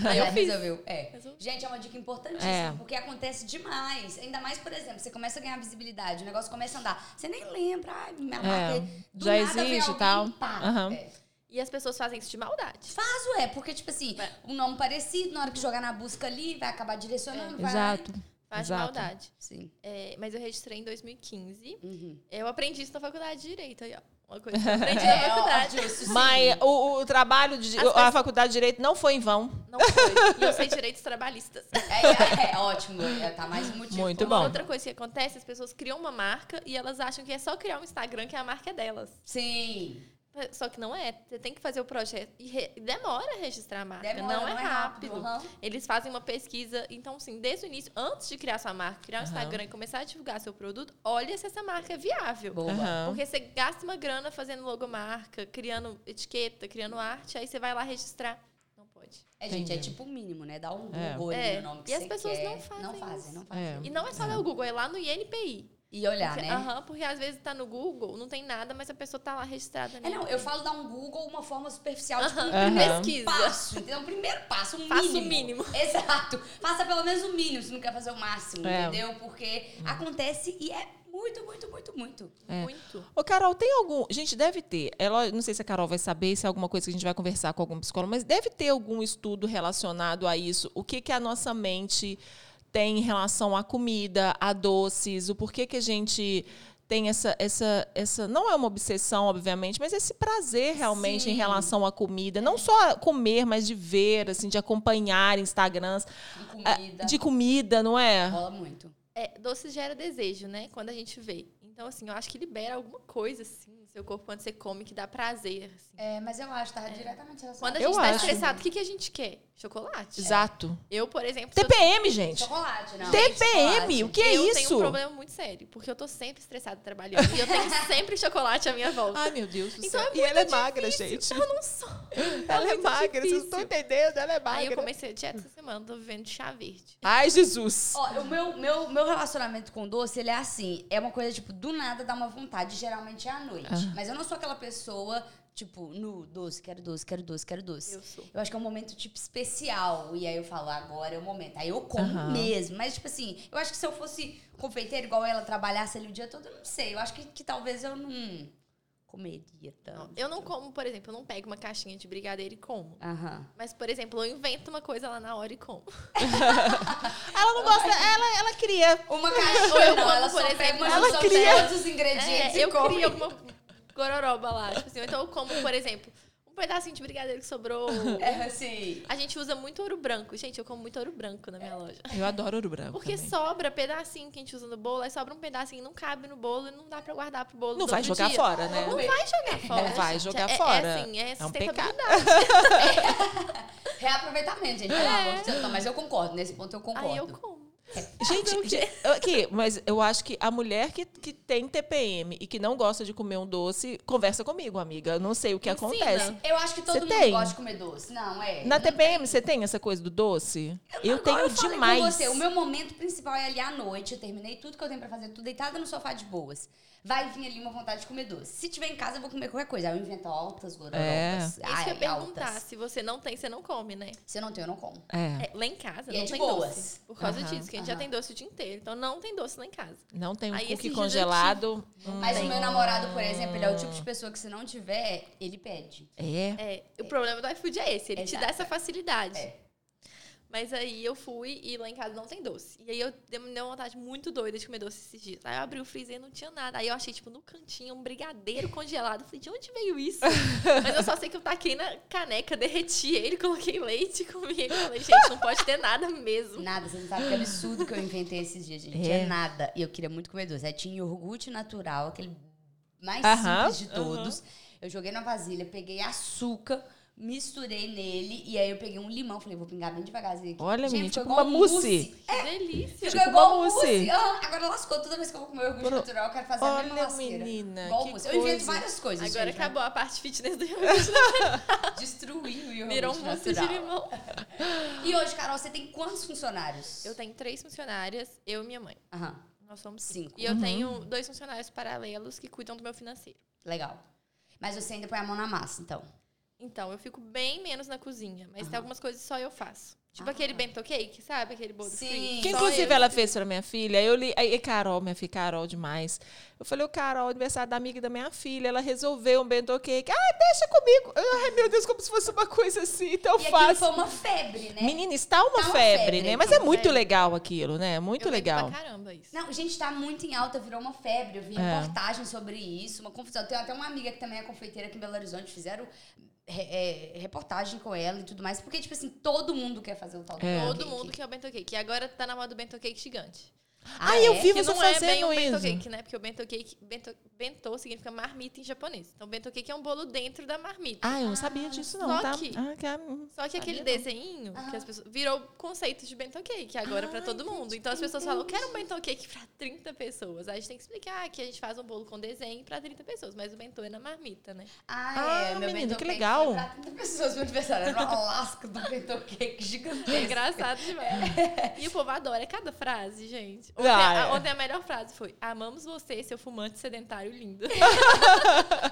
Aí eu
Já
fiz.
resolveu, é.
Resolvi.
Gente, é uma dica importantíssima,
É.
porque acontece demais. Ainda mais, por exemplo, você começa a ganhar visibilidade, o negócio começa a andar. Você nem lembra, ai, minha marca é do
É, já
nada vem
existe e
alguém,
tal.
pá,
Aham.
é.
E as pessoas fazem isso de maldade.
Caso é, porque, tipo assim, um nome parecido, na hora que jogar na busca ali, vai acabar direcionando, vai...
Exato.
Faz de
Exato.
maldade.
Sim.
É, mas eu registrei em 2015.
Uhum.
Eu aprendi isso na faculdade de Direito. Aí, ó, uma coisa que eu aprendi
É,
na
ó,
faculdade.
justo, sim.
Mas o, o trabalho, de,
As
a
pessoas-
faculdade de Direito não foi em vão.
Não foi. E eu sei direitos trabalhistas.
É, é, é, ótimo, é, tá mais um motivo.
Muito
uma
bom.
outra coisa que acontece, as pessoas criam uma marca e elas acham que é só criar um Instagram que a marca é delas.
Sim.
Só que não é. Você tem que fazer o projeto. E re- demora a registrar a marca.
Demora,
não, é rápido.
aham.
Eles fazem uma pesquisa. Então, assim, desde o início, antes de criar sua marca, criar um
Aham.
Instagram e começar a divulgar seu produto, olha se essa marca é viável.
Boa.
Aham.
Porque você gasta uma grana fazendo logomarca, criando etiqueta, criando arte, aí você vai lá registrar. Não pode.
É, gente, é
Entendi.
tipo o mínimo, né? Dá um
É.
Google ali
É,
no nome que
e as
você
pessoas
quer.
não fazem
Não fazem,
isso.
não fazem.
É.
E não é só no Google, é lá no INPI.
E olhar,
Porque-
né?
Aham, porque às vezes tá no Google, não tem nada, mas a pessoa tá lá registrada. no
É, não, eu
INPI.
falo dar um Google uma forma superficial, tipo, um
Aham.
primeiro
Pesquisa.
passo, entendeu? Um primeiro passo, um
Faça o
mínimo.
mínimo.
Exato. Faça pelo menos o mínimo, se não quer fazer o máximo,
É.
entendeu? Porque acontece e é muito, muito, muito, muito.
É.
Muito.
Ô, Carol, tem algum. Gente, deve ter. Ela, não sei se a Carol vai saber, se é alguma coisa que a gente vai conversar com algum psicólogo, mas deve ter algum estudo relacionado a isso. O que, que a nossa mente tem em relação à comida, a doces, o porquê que a gente tem essa, essa, essa. Não é uma obsessão, obviamente, mas esse prazer realmente em
Sim.
relação à comida. Não só comer, mas de ver, assim, de acompanhar Instagrams
De
ah,
comida.
de comida, não é?
Rola muito.
É, doce gera desejo, né? Quando a gente vê. Então, assim, eu acho que libera alguma coisa, assim, no seu corpo quando você come, que dá prazer. assim.
É, mas eu acho, tá diretamente
Quando
relacionado.
a gente
Eu
tá
acho.
estressado, o que, que a gente quer? Chocolate.
Exato.
Eu, por exemplo, se eu-
TPM, gente.
Chocolate, não.
TPM, o
chocolate.
que é
eu
isso?
tenho um problema muito sério, porque eu tô sempre estressada trabalhando. e eu tenho sempre chocolate à minha volta.
Ai, meu Deus do
Então
céu.
é
e ela é magra, gente.
Eu não sou.
Ela é
muito
magra, vocês não
difícil.
estão entendendo, ela é magra.
Aí eu comecei a dieta essa semana, tô vivendo de chá verde.
Ai, Jesus.
Ó, o meu, meu, meu relacionamento com doce, ele é assim. É uma coisa, tipo, do nada dá uma vontade, geralmente é à noite.
Ah.
Mas eu não sou aquela pessoa, tipo, no doce, quero doce, quero doce, quero doce.
Eu sou.
Eu acho que é um momento, tipo, especial. E aí eu falo, agora é o momento. Aí eu como
Aham.
mesmo. Mas, tipo assim, eu acho que se eu fosse confeiteira igual ela, trabalhasse ali o dia todo, eu não sei. Eu acho que, que talvez eu não comeria
Não,
tanto.
Eu não como, por exemplo, eu não pego uma caixinha de brigadeiro e como.
Aham.
Mas, por exemplo, eu invento uma coisa lá na hora e como.
Ela não gosta, ela, ela queria.
Uma
Ou
caixinha, não,
eu como,
ela
por
só pega
exemplo,
uma
ela
junção
cria-
de todos os ingredientes
É,
e
eu
come.
crio alguma gororoba lá. Tipo assim, ou então eu como, por exemplo, um pedacinho de brigadeiro que sobrou.
É, assim...
A gente usa muito ouro branco. Gente, eu como muito ouro branco na minha loja.
Eu adoro ouro branco.
Porque sobra pedacinho que a gente usa no bolo, aí sobra um pedacinho, não cabe no bolo e não dá pra guardar pro bolo.
Não
do
vai
outro
jogar
dia.
fora, né?
Não vai jogar fora.
Não vai
gente.
jogar
É-
fora.
É assim, é
É um pecado.
sustentabilidade.
É. Reaproveitamento, gente. Pelo amor de Deus. Não, mas eu concordo, nesse ponto eu concordo.
Aí eu como.
Gente, ge- aqui, mas eu acho que a mulher que, que tem TPM e que não gosta de comer um doce, conversa comigo, amiga. Eu não sei o que
Ensina.
acontece.
Eu acho que todo
Você
mundo
tem?
gosta de comer doce. Não, é.
Na
Não
TPM, você tem essa coisa do doce? Eu,
Agora
tenho
eu falei
demais.
Com você, o meu momento principal é ali à noite. Eu terminei tudo que eu tenho pra fazer, tudo deitada no sofá de boas. Vai vir ali uma vontade de comer doce. Se tiver em casa, eu vou comer qualquer coisa. Aí eu invento altas gororopas.
É. Isso que eu ia
Ai,
perguntar.
altas.
Se você não tem, você não come, né?
Se eu não tenho, eu não como.
É,
É, lá em casa
E
não
é de
tem
boas.
doce. Por causa
Aham,
disso, que a gente já
aham.
tem doce o dia inteiro. Então não tem doce lá em casa.
não tem um
Aí,
cookie
esse
congelado. Hum,
Mas o meu namorado, por exemplo, ele é o tipo de pessoa que se não tiver, ele pede.
É.
É, o problema do iFood é esse, ele te dá
Exato.
essa facilidade.
É.
Mas aí eu fui e lá em casa não tem doce. E aí eu dei- me deu uma vontade muito doida de comer doce esses dias. Aí eu abri o freezer e não tinha nada. Aí eu achei, tipo, no cantinho, um brigadeiro congelado. Eu Falei, de onde veio isso? Mas eu só sei que eu taquei na caneca, derreti ele, coloquei leite e comi. Eu Falei, gente, não pode ter nada mesmo.
Nada, você não sabe que absurdo que eu inventei esses dias, gente. É,
É.
nada. E eu queria muito comer doce. Aí tinha iogurte natural, aquele mais
Aham,
simples de todos. Eu joguei na vasilha, peguei açúcar, misturei nele. E aí eu peguei um limão. Falei, vou pingar bem devagarzinho aqui.
Olha, menina,
ficou
tipo
igual
uma
um
mousse.
Que delícia.
Ficou
Tipo
igual
uma
um mousse.
mousse.
Ah, agora lascou. Toda vez que eu vou comer iogurte
Pro-
natural, eu quero fazer a mesma
Olha,
lasqueira.
menina,
Igual
que
mousse. Eu invento
coisa.
várias coisas,
Agora
gente, né?
acabou a parte fitness do iogurte.
Destruí o iogurte
Virou um mousse de
natural.
limão.
E hoje, Carol, você tem quantos funcionários?
Eu tenho três funcionárias, eu e minha mãe.
Aham,
Nós somos
cinco.
E eu
Uhum.
tenho dois funcionários paralelos que cuidam do meu financeiro.
Legal. Mas você ainda põe a mão na massa, então.
Então, eu fico bem menos na cozinha, mas tem
Aham.
algumas coisas só eu faço. Tipo
Ah.
aquele bento cake, sabe? Aquele bolo
Sim.
frito.
Que
Só
inclusive
eu.
ela fez pra minha filha. Eu li. Aí, Carol, minha filha, Carol demais. Eu falei, ô Carol, aniversário da amiga da minha filha. Ela resolveu um bento cake. Ah, deixa comigo. Ai, meu Deus, como se fosse uma coisa assim tão
e aquilo
fácil.
foi uma febre, né?
Menina, está uma,
Tá uma
febre,
febre,
né?
tá
Mas
uma
é muito
febre.
legal aquilo, né? É Muito
eu vendo
legal.
Pra caramba isso.
Não, gente, tá muito em alta, virou uma febre. Eu vi
É.
reportagem sobre isso, uma confusão. Tem até uma amiga que também é confeiteira aqui em Belo Horizonte, fizeram é, é, reportagem com ela e tudo mais. Porque, tipo assim, todo mundo quer fazer o tal do
É.
bolo
Todo
cake.
mundo quer o bento cake. E agora tá na moda o bento cake gigante.
Ah,
Ai, eu
é?
vi
que
você
não é bem
fazendo
um bento
isso.
cake, né? Porque o bento cake, bento, bento significa marmita em japonês. Então, bento cake é um bolo dentro da marmita.
Ah, eu não sabia disso, não,
só
tá?
que-
Ah, que a- hum.
Só que aquele desenho que
Ah.
as pessoas virou conceito de bento cake agora pra todo mundo. Então as pessoas falam, eu quero um bento cake pra 30 pessoas. Aí a gente tem que explicar que a gente faz um bolo com desenho pra 30 pessoas, mas o bentô é na marmita, né?
Ah, é.
Ah,
meu
menino,
bentô
que
cake
legal.
foi pra 30 pessoas no aniversário. Era uma lasca do bentô cake
É
gigantesco.
engraçado demais. E o povo adora cada frase, gente. Ontem,
Ah, é.
a, ontem a melhor frase foi: Amamos você, seu fumante sedentário lindo.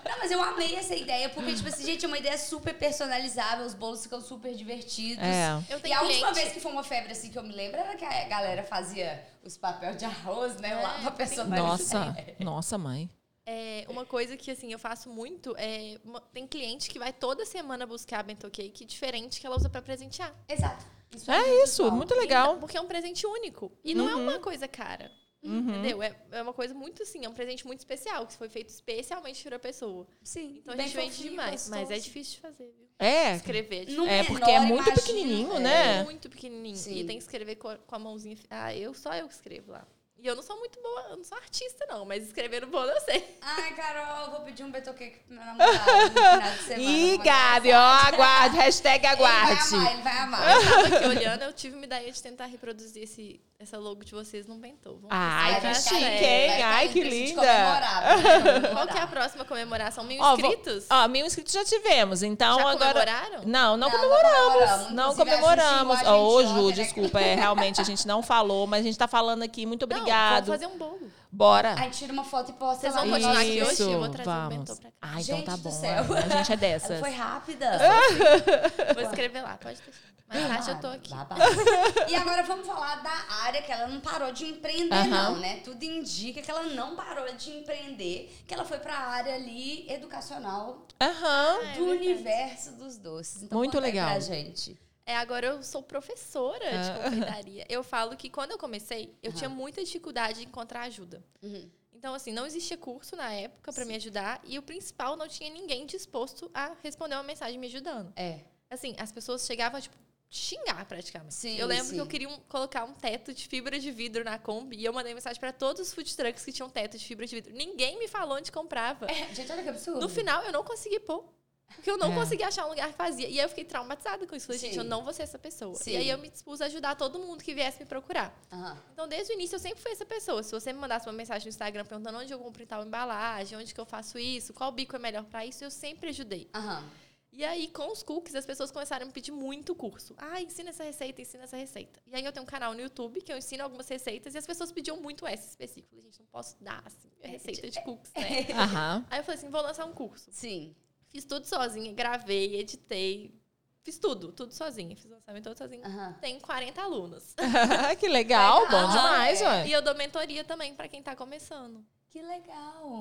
Não, mas eu amei essa ideia, porque, tipo assim, gente, é uma ideia super personalizável, os bolos ficam super divertidos.
É.
Eu
E
tenho
a última
cliente-
vez que foi uma febre, assim, que eu me lembro, era que a galera fazia os papéis de arroz, né?
É,
Lá pra
sim.
personalizar.
Nossa, nossa, mãe.
É, uma coisa que, assim, eu faço muito é... uma- Tem cliente que vai toda semana buscar bento cake diferente que ela usa pra presentear.
Exato. Isso
É isso,
visual.
muito
Então,
legal.
porque é um presente único. E não é
Uhum.
uma coisa cara.
Uhum.
Entendeu? É, é uma coisa muito assim, é um presente muito especial, que foi feito especialmente para a pessoa.
Sim.
Então a
bem
gente vende
fofinho,
demais.
gostoso.
Mas é difícil de fazer, viu?
É.
Escrever. é difícil.
No
É, porque é
menor,
muito
imagino,
pequenininho,
é.
né?
É muito pequenininho.
Sim.
E tem que escrever co- com a, mãozinha. Ah, eu só eu que escrevo lá. E eu não sou muito boa, eu não sou artista, não, mas escrever no bolo eu sei.
Ai, Carol, vou pedir um beto cake pro meu namorado no final de semana.
Ih,
vou mandar
Gabi, ó,
mensagem.
aguarde, hashtag
Ele vai amar,
aguarde.
ele vai amar.
Eu tava aqui olhando, eu tive uma ideia de tentar reproduzir esse, essa logo de vocês num bentô. Vamos
Ai,
ver
Vai
se
que
vai dar
ficar
chique,
bem,
hein?
certo.
Ai,
vai ficar bem
que
pra gente
linda.
comemorar, pra gente comemorar.
Qual que é a próxima comemoração? Mil
Ó, vou-
inscritos?
Ó, mil inscritos já tivemos, então
Já
agora.
comemoraram?
Não, não,
Não, não
comemoramos.
comemoramos.
Não
Inclusive, a
comemoramos.
gente xingou a
Ó, Ô,
gente
Ju,
ontem, né?
desculpa, é, realmente a gente não falou, mas a gente tá falando aqui. Muito
Não,
obrigado.
vamos fazer um bolo.
Bora.
A gente tira uma foto e posta
Vocês
lá
vão
no
continuar
nosso
aqui hoje? Eu vou
Isso,
trazer um
vamos.
bentô pra cá.
Ah, então
Gente
tá
do
bom.
céu.
A gente é
Ela
dessas.
foi rápida.
Ah,
Vou escrever lá, pode deixar. Mas Tati, eu tô aqui.
Babado. E agora vamos falar da área que ela não parou de empreender,
Aham.
não, né? Tudo indica que ela não parou de empreender, que ela foi pra área ali educacional
Aham.
É
do
verdade.
universo dos doces. Então,
Muito
conta aí
legal.
Pra gente.
É, agora eu sou professora de confeitaria. Eu falo que quando eu comecei,
Ah.
eu
Aham.
tinha muita dificuldade de encontrar ajuda.
Uhum.
Então, assim, não existia curso na época pra me ajudar. E o principal, não tinha ninguém disposto a responder uma mensagem me ajudando.
É.
Assim, as pessoas chegavam, tipo, te xingar praticamente.
Sim,
eu lembro
sim.
que eu queria um- colocar um teto de fibra de vidro na Kombi. E eu mandei mensagem pra todos os food trucks que tinham teto de fibra de vidro. Ninguém me falou onde comprava.
É, Gente, olha que absurdo.
No final, eu não consegui pôr. Porque eu não
É.
conseguia achar um lugar que fazia. E aí eu fiquei traumatizada com isso. Falei, gente,
Sim.
eu não vou ser essa pessoa.
Sim.
E aí eu me dispus a ajudar todo mundo que viesse me procurar.
Aham.
Então, desde o início, eu sempre fui essa pessoa. Se você me mandasse uma mensagem no Instagram perguntando onde eu compro tal embalagem, onde que eu faço isso, qual bico é melhor pra isso, eu sempre ajudei.
Aham.
E aí, com os cookies, as pessoas começaram a me pedir muito curso. Ah, ensina essa receita, ensina essa receita. E aí, eu tenho um canal no YouTube que eu ensino algumas receitas e as pessoas pediam muito essa específica. Eu falei, Gente, não posso dar, assim, receita de cookies,
é.
né?
Aham.
aí, eu falei assim, vou lançar um curso.
Sim.
Fiz tudo sozinha, gravei, editei, fiz tudo, tudo sozinha. Fiz o lançamento todo sozinha.
Aham.
Tenho 40 alunos.
que legal,
Legal,
bom demais,
é.
ué.
E eu dou mentoria também pra quem tá começando.
Que legal.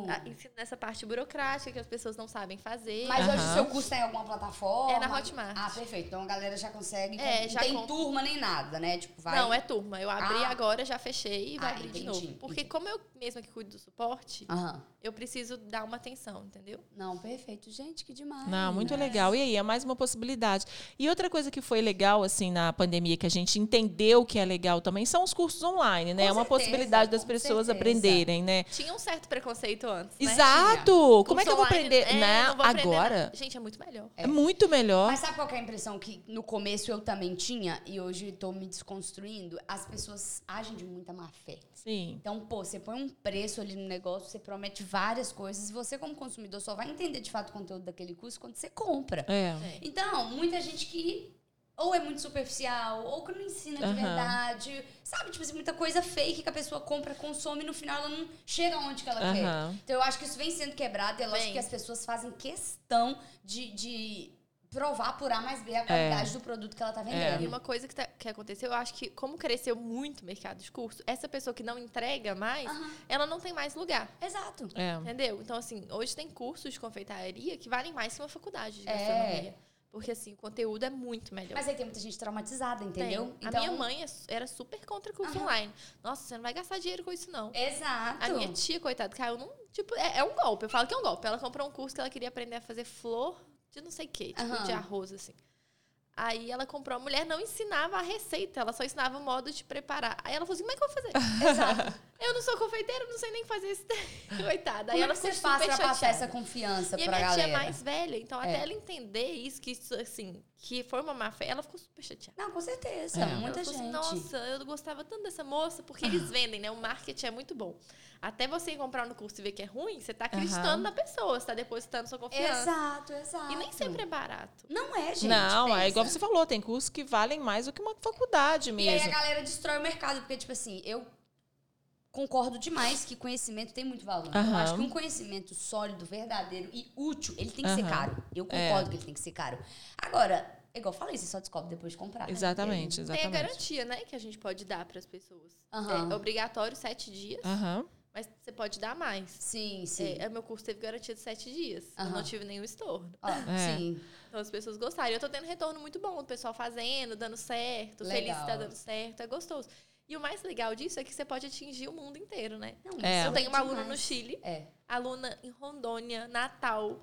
Ah,
Uhum.
Ensino essa parte burocrática que as pessoas não sabem fazer.
Mas hoje o
Aham.
seu curso tá em alguma plataforma?
É na Hotmart.
Ah, perfeito. Então a galera já consegue.
É,
não
já
tem
compra.
turma nem nada, né? Tipo, vai.
Não, é turma. Eu abri
Ah.
agora, já fechei e vou
Ah,
abrir de
entendi,
novo. Porque
entendi.
como eu mesma que cuido do suporte,
Aham.
eu preciso dar uma atenção, entendeu?
Não, perfeito. Gente, que demais.
Não, muito legal. E aí, é mais uma possibilidade. E outra coisa que foi legal, assim, na pandemia, que a gente entendeu que é legal também, são os cursos online, né?
Com
é uma
certeza,
possibilidade das
com
pessoas
certeza.
aprenderem, né?
Tinha um certo preconceito antes, né?
Exato! Como é que
Curso
eu vou
online,
aprender?
é,
né?
não vou aprender
Agora.
nada. Gente, é muito melhor.
É muito melhor.
Mas sabe qual que é a impressão que no começo eu também tinha e hoje tô me desconstruindo? As pessoas agem de muita má fé.
Sim.
Então, pô, você põe um preço ali no negócio, você promete várias coisas, e você, como consumidor, só vai entender de fato o conteúdo daquele curso quando você compra.
É.
Então, muita gente que ou é muito superficial, ou que não ensina de
Aham.
verdade, sabe? Tipo assim, muita coisa fake que a pessoa compra, consome e no final ela não chega onde que ela quer.
Aham.
Então, eu acho que isso vem sendo quebrado e é lógico
Vem.
que as pessoas fazem questão de, de provar por A mais B a
É.
qualidade do produto que ela tá
E
vendendo.
uma coisa que, tá- que aconteceu, eu acho que como cresceu muito o mercado de curso, essa pessoa que não entrega mais,
Aham.
ela não tem mais lugar.
Exato.
É.
Entendeu? Então, assim, hoje tem cursos de confeitaria que valem mais que uma faculdade de
É.
gastronomia. Porque, assim, o conteúdo é muito melhor.
Mas aí tem muita gente traumatizada, entendeu? Então,
Tem. A minha mãe é su- era super contra curso
Aham.
online. Nossa, você não vai gastar dinheiro com isso, não.
Exato.
A minha tia, coitada, caiu num. Tipo, é, é um golpe. Eu falo que é um golpe. Ela comprou um curso que ela queria aprender a fazer flor de não sei o quê, tipo,
Aham.
de arroz, assim. Aí ela comprou, a mulher não ensinava a receita, ela só ensinava o modo de preparar. Aí ela falou assim: como é que eu vou fazer?
Exato.
eu não sou confeiteira, não sei nem fazer isso. Coitada. Aí
Como é
ela
que você
ficou
faz pra
super
passar
chateada.
essa confiança
E a
pra
minha
galera?
tia é mais velha, então
É.
até ela entender isso, que isso, assim, que foi uma má fé, ela ficou super chateada.
Não, com certeza.
É.
Muita
Ela
gente.
falou assim, Nossa, eu gostava tanto dessa moça, porque eles vendem, né? O marketing é muito bom. Até você ir comprar no curso e ver que é ruim, você tá acreditando
Aham.
na pessoa, você tá depositando sua confiança.
Exato, exato.
E nem sempre é barato.
Não é, gente.
não,
pensa.
é igual você falou, tem cursos que valem mais do que uma faculdade
E aí é a
mesmo.
galera destrói o mercado, porque, tipo assim, eu concordo demais que conhecimento tem muito valor. Eu
Aham.
acho que um conhecimento sólido, verdadeiro e útil, ele tem que ser
Aham. É.
caro. Eu concordo que ele tem que ser caro. Agora, é igual eu falei, você só descobre depois de comprar. né?
Exatamente,
Tem a
exatamente.
garantia, né, que a gente pode dar para as pessoas.
Aham.
É obrigatório sete dias,
Aham.
mas você pode dar mais.
Sim, sim.
É, meu curso teve garantia de sete dias. Eu
Aham.
não tive nenhum estorno.
Ó,
É.
Sim.
Então as pessoas gostaram. E Eu tô tendo retorno muito bom, o pessoal fazendo, dando certo,
Legal.
feliz que tá dando certo, é gostoso. E o mais legal disso é que você pode atingir o mundo inteiro, né?
Não,
É.
isso
Eu tenho uma aluna
demais.
no Chile,
É.
aluna em Rondônia, Natal.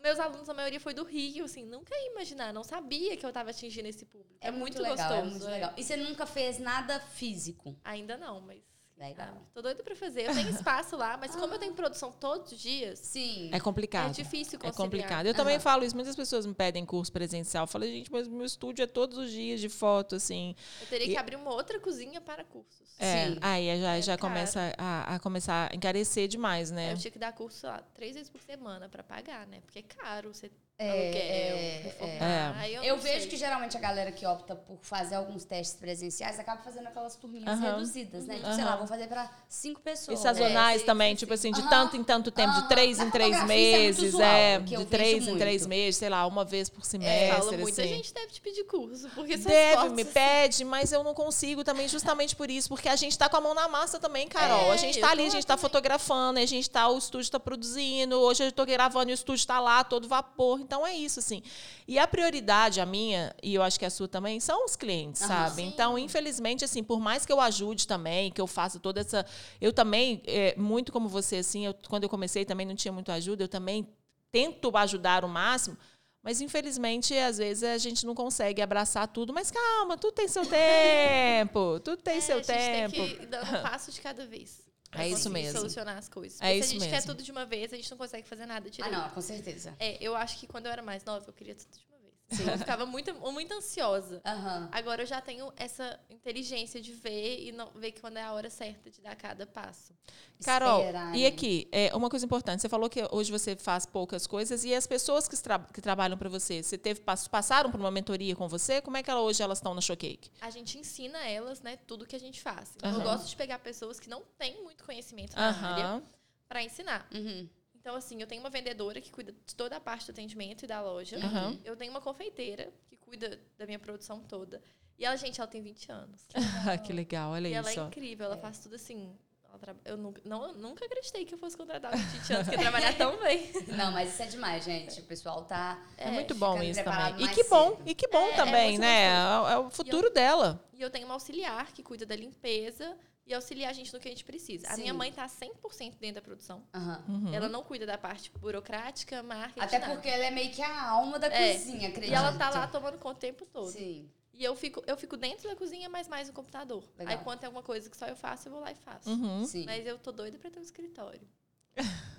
Meus alunos, a maioria foi do Rio, assim, nunca ia imaginar, não sabia que eu tava atingindo esse público. É, muito,
legal,
gostoso.
É muito
é.
legal. E você nunca fez nada físico?
Ainda não, mas.
Legal.
ah, tô doida pra fazer. Eu tenho espaço lá, mas como eu tenho produção todos os dias,
Sim.
É complicado.
é difícil
É
conciliar.
complicado. Eu também
Aham.
falo isso. Muitas pessoas me pedem curso presencial. Eu falo, gente, mas meu estúdio é todos os dias de foto, assim.
Eu teria
E-
que abrir uma outra cozinha para cursos.
É,
Sim.
Aí já,
É
já
caro.
começa a, a começar a encarecer demais,
É
Aí
né?
Eu tinha que dar curso, sei lá, três vezes por semana pra pagar, né? Porque é caro você
É, é,
aluguel, reformar.
é.
Aí
Eu
não
vejo
sei.
que geralmente a galera que opta por fazer alguns testes presenciais acaba fazendo aquelas turminhas
Aham.
reduzidas, né? Tipo, sei
Aham.
lá, vou fazer pra cinco pessoas.
E sazonais
né?
sim,
também,
sim,
tipo assim, de
Aham.
tanto em tanto tempo, de
Aham.
três
Na
em três
fotografia isso é muito
meses,
usual,
é,
que eu
de
vejo
três em
muito.
três meses, sei lá, uma vez por
É,
semestre,
fala muito, a
assim.
gente deve te pedir curso, porque são
Deve,
esforços,
me
assim.
pede, mas eu não consigo também, justamente por isso, porque a gente tá com a mão na massa também, Carol.
É,
a gente
eu
tá
tô
ali, a
lá
gente tá
também.
fotografando, a gente tá, o estúdio tá produzindo, hoje eu tô gravando e o estúdio tá lá, todo vapor. Então é isso, assim. E a prioridade, a minha, e eu acho que a sua também, são os clientes,
Aham.
sabe?
Sim.
Então, infelizmente, assim, por mais que eu ajude também, que eu faça toda essa. Eu também, é, muito como você, assim, eu- quando eu comecei também não tinha muito ajuda, eu também tento ajudar o máximo. Mas, infelizmente, às vezes a gente não consegue abraçar tudo. Mas calma, tudo tem seu tempo. Tudo tem
É,
seu
a gente
tempo.
Tem que dar um passo de cada vez. pra
É isso
conseguir
mesmo.
solucionar as coisas.
É
Porque
isso
se a gente quer
mesmo.
tudo de uma vez, a gente não consegue fazer nada
Ah,
direito.
não, com certeza.
É, eu acho que quando eu era mais nova, eu queria tudo de uma vez. Eu ficava muito, muito ansiosa.
Aham.
Ah.
Agora eu já tenho essa inteligência de ver e não ver que quando é a hora certa de dar cada passo.
Carol,
Esperar,
e
né?
aqui, é, uma coisa importante. Você falou que hoje você faz poucas coisas e as pessoas que, tra- que trabalham para você, você teve, pass- passaram por uma mentoria com você? Como é que ela, hoje elas estão na Showcake?
A gente ensina elas, né, tudo que a gente faz. Então,
Aham.
eu gosto de pegar pessoas que não têm muito conhecimento na área
Aham.
para ensinar.
Uhum.
Então, assim, eu tenho uma vendedora que cuida de toda a parte do atendimento e da loja. Uhum.
Aham.
Eu tenho uma confeiteira que cuida da minha produção toda. E ela, gente, ela tem 20 anos.
Ah, que legal, olha
E ela
isso.
é
ó.
incrível, ela faz tudo assim. ela traba- Eu nunca, não, eu nunca acreditei que eu fosse contratar uma Titi antes que ia trabalhar tão bem.
Não, mas isso é demais, gente. O pessoal tá.
É, muito bom
ficando
isso
preparado
também. E
mais
que bom,
cedo.
e que bom
É, é
também,
muito
né? É, é o futuro dela.
E eu tenho uma auxiliar que cuida da limpeza e auxilia a gente no que a gente precisa. A
Sim.
minha mãe tá 100% dentro da produção.
Aham.
Uhum.
Ela não cuida da parte burocrática, marketing.
Até
nada.
porque ela é meio que a alma da
É.
cozinha, acredito.
E ela tá lá tomando conta o tempo todo.
Sim.
E eu fico, eu fico dentro da cozinha, mas mais no computador.
Legal.
Aí quando tem alguma coisa que só eu faço, eu vou lá e faço.
Uhum.
Sim.
Hum? Mas eu tô doida pra ter um escritório.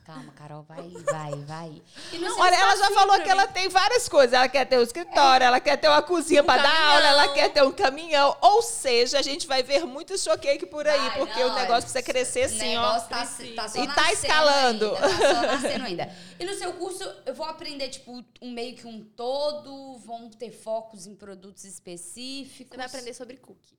Calma, Carol, vai, vai, vai. E
Não,
sei
olha,
se
ela
tá
já
assim
falou
pra
que
mim.
ela tem várias coisas. Ela quer ter um escritório, ela quer ter uma cozinha
Um
para dar aula, ela
caminhão.
quer ter um caminhão. Ou seja, a gente vai ver muito showcake por aí,
Vai,
porque
não, é
o negócio precisa crescer
O
sim, ó.
negócio tá, tá só
E tá
nascendo
escalando.
Ainda, tá só nascendo ainda. E no seu curso, eu vou aprender, tipo, um meio que um todo, vão ter focos em produtos específicos.
Você vai aprender sobre cookie.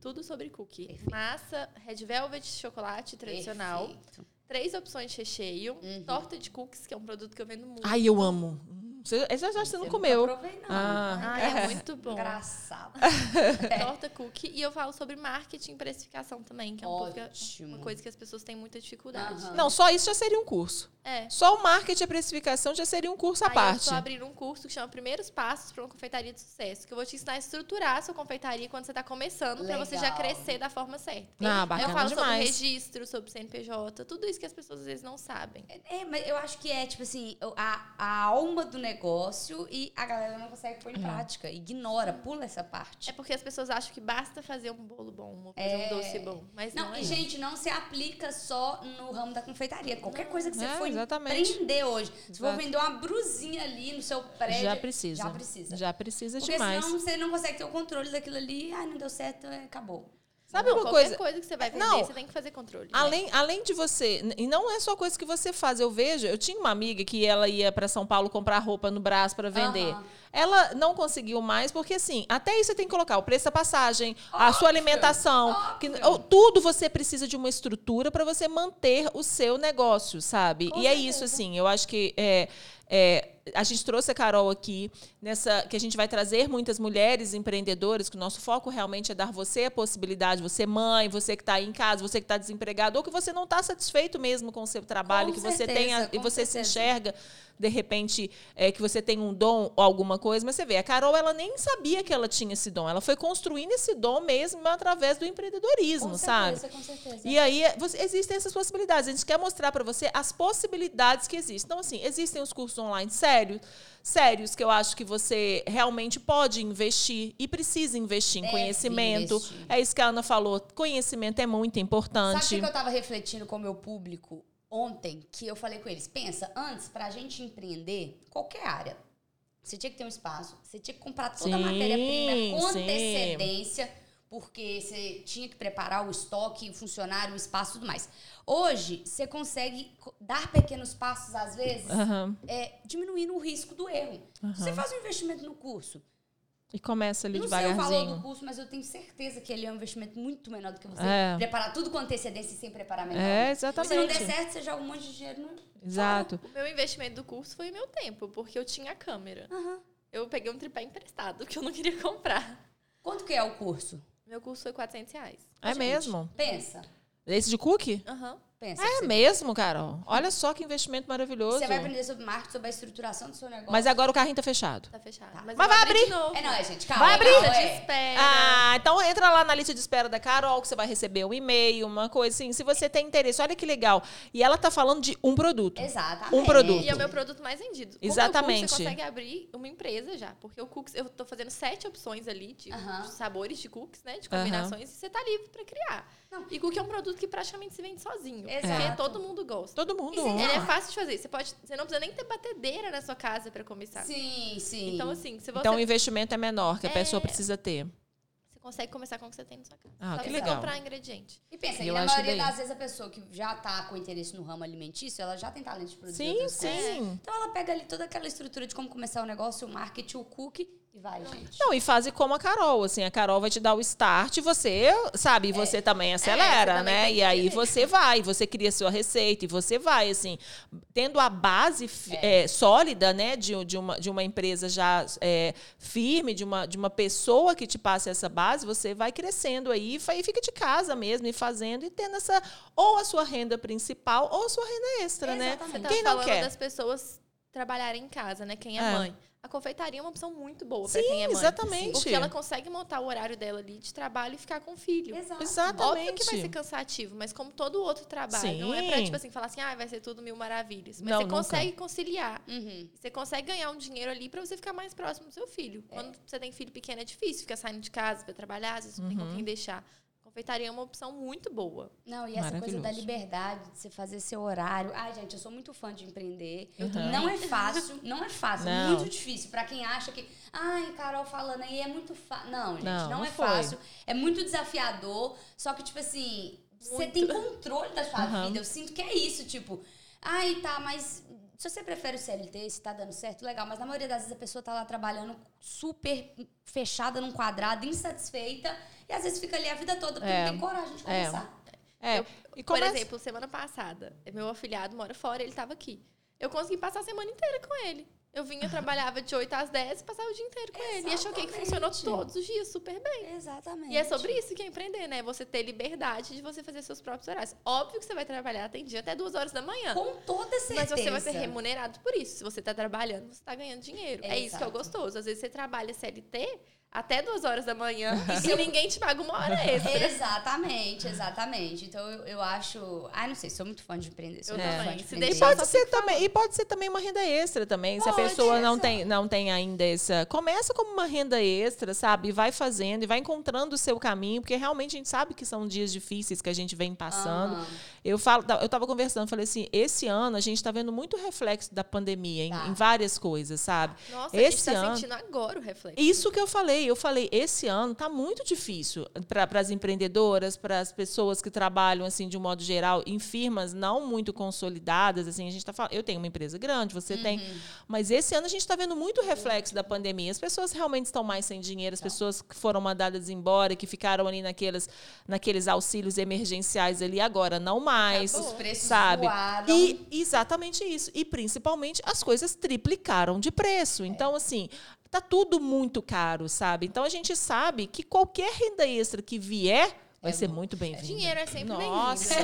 Tudo sobre cookie.
Perfeito.
Massa, red velvet, chocolate tradicional.
Perfeito.
Três opções de recheio.
Uhum.
Torta de cookies, que é um produto que eu vendo muito.
Ai, eu amo. Hum, Você, essa já você não
Eu
comeu.
Nunca provei, não. tá
Ah.
Ai, é muito bom.
Engraçado.
Torta cookie. E eu falo sobre marketing e precificação também, que é um pouco que-
Ótimo.
uma coisa que as pessoas têm muita dificuldade.
Aham.
Não, só isso já seria um curso.
É.
Só o marketing e a precificação já seria um curso à
Aí
parte.
eu tô abrindo um curso que chama Primeiros Passos para uma Confeitaria de Sucesso, que eu vou te ensinar a estruturar a sua confeitaria quando você tá começando, para você já
Legal.
crescer da forma certa.
Ah,
Aí eu
bacana
falo sobre
demais.
registro, sobre CNPJ, tudo isso que as pessoas às vezes não sabem.
É, mas eu acho que é, tipo assim, a, a alma do negócio e a galera não consegue
Uhum.
pôr em prática. Ignora, pula essa parte.
É porque as pessoas acham que basta fazer um bolo bom, ou fazer
tipo É.
um doce bom. Mas não,
Não,
é.
e gente, não se aplica só no ramo da confeitaria. Qualquer coisa que você
É,
for
exatamente.
empreender hoje. Se for
Exato.
vender uma brusinha ali no seu prédio.
já precisa.
Já precisa.
Já precisa
Porque
demais.
senão você não consegue ter o controle daquilo ali. Ai, não deu certo, é, acabou.
Sabe uma
Qualquer
coisa? É,
coisa... que você vai vender,
Não.
você tem que fazer controle. né?
Além, além de você, e não é só coisa que você faz, eu vejo, eu tinha uma amiga que ela ia para São Paulo comprar roupa no Brás para vender.
Aham.
Ela não conseguiu mais porque assim, até isso você tem que colocar o preço da passagem, a sua alimentação, que-
óbvio.
ou tudo você precisa de uma estrutura para você manter o seu negócio, sabe?
Com
e é
certeza.
isso assim, eu acho que é, é, a gente trouxe a Carol aqui nessa que a gente vai trazer muitas mulheres empreendedoras, que o nosso foco realmente é dar você a possibilidade, você mãe, você que está aí em casa, você que está desempregado ou que você não está satisfeito mesmo com o seu trabalho,
Com
que você
certeza,
tenha e
com
você
certeza.
se enxerga de repente é, que você tem um dom ou alguma coisa, mas você vê, a Carol ela nem sabia que ela tinha esse dom, ela foi construindo esse dom mesmo através do empreendedorismo,
Com
sabe?
certeza, com certeza.
E aí, é, você- existem essas possibilidades. A gente quer mostrar pra você as possibilidades que existem. Então, assim, existem os cursos online sérios, sérios que eu acho que você realmente pode investir e precisa investir em
Deve
é um conhecimento.
investir.
É isso que a Ana falou. Conhecimento é muito
Sabe o que
importante.
que eu tava refletindo com o meu público ontem? Que eu falei com eles, pensa, antes, pra gente empreender, qualquer área, você tinha que ter um espaço, você tinha que comprar toda a
Sim,
matéria-prima com
sim.
antecedência, porque você tinha que preparar o estoque, o funcionário, o espaço e tudo mais. Hoje, você consegue co- dar pequenos passos, às vezes,
Aham.
é, diminuindo o risco do erro. Se Você
Aham.
faz um investimento no curso.
E começa ali
Não sei o valor do
devagarzinho.
curso, mas eu tenho certeza que ele é um investimento muito menor do que você
É.
preparar tudo com antecedência e sem preparar melhor.
É,
Se não der
exatamente.
certo, você joga um monte de dinheiro no.
Exato.
O meu investimento do curso foi o meu tempo, porque eu tinha a câmera. Eu peguei um tripé emprestado, que eu não queria comprar.
Quanto que é o curso?
Meu curso foi 400 reais.
É mesmo.
Pensa.
Esse de cookie?
Aham.
Pensa. pra
É
você.
mesmo, Carol? Olha só que investimento maravilhoso.
Você vai aprender sobre marketing, sobre a estruturação do seu negócio.
Mas agora o carrinho tá fechado.
Tá fechado.
Tá.
Mas,
Mas
eu vou
vai abrir.
de novo.
É, não, é, gente. Calma.
Vai abrir?
calma,
Lista de
é.
espera.
Ah, então entra lá na lista de espera da Carol, que você vai receber um e-mail, uma coisa assim, se você tem interesse. Olha que legal. E ela tá falando de um
é.
produto.
Exatamente.
Um produto.
E é o meu produto mais vendido. Com o
Exatamente.
Meu cookies, você consegue abrir uma empresa já. Porque o cookies, eu tô fazendo sete opções ali de
Aham.
sabores de cookies, né? De
Aham.
combinações. E você tá livre pra criar.
Não.
E cookie é um produto que praticamente se vende sozinho.
Exato.
Porque todo mundo gosta.
Todo mundo.
E sim,
ama.
Ele é fácil de fazer. Você, pode, você não precisa nem ter batedeira na sua casa pra começar.
Sim, sim.
Então, assim, se você,
Então o investimento é menor, que a
É.
pessoa precisa ter.
você consegue começar com o que você tem na sua casa.
Ah,
Só
que
você
legal.
comprar ingrediente.
e pensa,
eu
que na
acho
maioria
daí.
das vezes a pessoa que já tá com interesse no ramo alimentício, ela já tem talento de produzir
Sim,
outras coisas.
sim.
Então ela pega ali toda aquela estrutura de como começar o negócio, o marketing, o cookie e vai, gente.
Não, e faz como a Carol, assim, a Carol vai te dar o start e você, sabe, e você também acelera,
É. você também
né?
tem
E
que
aí
querer.
você vai, você cria sua receita e você vai, assim, tendo a base fi-
É.
eh, sólida, né, de, de, uma, de uma empresa já eh, firme, de uma, de uma pessoa que te passe essa base, você vai crescendo aí e fa- e fica de casa mesmo e fazendo e tendo essa, ou a sua renda principal ou a sua renda extra, né?
Exatamente.
Você
Quem
tá
não
falando
quer?
das pessoas trabalharem em casa, né? Quem é,
É.
mãe. A confeitaria é uma opção muito boa pra quem é mãe.
exatamente.
Porque ela consegue montar o horário dela ali de trabalho e ficar com o filho.
Exato.
Exatamente.
Óbvio que vai ser cansativo, mas como todo outro trabalho, não é pra,
Sim.
tipo assim, falar assim, ah, vai ser tudo mil maravilhas. Mas
Não,
você
nunca.
consegue conciliar.
Uhum.
Você consegue ganhar um dinheiro ali pra você ficar mais próximo do seu filho. Quando você tem filho pequeno é difícil ficar saindo de casa pra trabalhar, às vezes não tem
Uhum.
com quem deixar. Confeitaria é uma opção muito boa.
Não, e essa coisa
Maravilhoso.
da liberdade, de você fazer seu horário. Ai, gente, eu sou muito fã de empreender.
Eu também.
Não é fácil, não é fácil. É
Não.
muito difícil. Pra quem acha que, ai, Carol falando aí, é muito fácil. Não, gente,
Não,
não,
não
é
foi.
fácil. É muito desafiador. Só que, tipo assim, você tem controle da sua
Aham.
vida. Eu sinto que é isso, tipo, ai, tá, mas. Se você prefere o CLT, se tá dando certo, legal. Mas na maioria das vezes a pessoa tá lá trabalhando super fechada num quadrado, insatisfeita. E às vezes fica ali a vida toda porque
É.
não tem coragem de
É.
começar.
É,
Eu-
e
Por
começa-
exemplo, semana passada, meu afilhado mora fora, ele tava aqui. Eu consegui passar a semana inteira com ele. Eu vinha, eu trabalhava de 8 às 10 e passava o dia inteiro com ele. E achou que funcionou
Exatamente.
todos os dias super bem.
Exatamente.
E é sobre isso que é empreender, né? Você ter liberdade de você fazer seus próprios horários. Óbvio que você vai trabalhar, tem dia até duas horas da manhã.
Com toda certeza.
Mas você vai ser remunerado por isso. Se você tá trabalhando, você tá ganhando dinheiro. É, isso que
Exato.
é o gostoso. Às vezes você trabalha CLT até duas horas da manhã
Isso
e
eu-
ninguém te paga uma hora extra.
Exatamente, exatamente. Então eu, eu acho. Ai, não sei, sou muito fã de empreender. Sou
Eu
muito
também.
fã de
Se
empreender.
E
Sim.
pode
Só
ser também, e pode ser também uma renda extra também. se a
Pode,
pessoa não
exato.
tem, não tem ainda essa, começa como uma renda extra, sabe? E vai fazendo e vai encontrando o seu caminho, porque realmente a gente sabe que são dias difíceis que a gente vem passando.
Aham.
Eu falo, eu tava conversando, falei assim, esse ano a gente está vendo muito reflexo da pandemia em,
Tá.
em várias coisas, sabe?
Nossa,
Esse
a gente tá
ano-
sentindo agora o reflexo.
Isso que eu falei, eu falei, esse ano tá muito difícil para as empreendedoras, para as pessoas que trabalham assim de um modo geral em firmas não muito consolidadas, assim, a gente tá falando, eu tenho uma empresa grande, você tem,
Uhum.
mas esse ano a gente está vendo muito reflexo da pandemia. As pessoas realmente estão mais sem dinheiro,
Tá.
as pessoas que foram mandadas embora, que ficaram ali naqueles naqueles auxílios emergenciais ali agora não mais,
Acabou.
Os preços
sabe?
voaram.
E exatamente isso. E principalmente as coisas triplicaram de
É.
preço. Então, assim, tá tudo muito caro, sabe? Então a gente sabe que qualquer renda extra que vier
É
vai ser muito bem-vinda.
Dinheiro é sempre bem-vindo.
Nossa.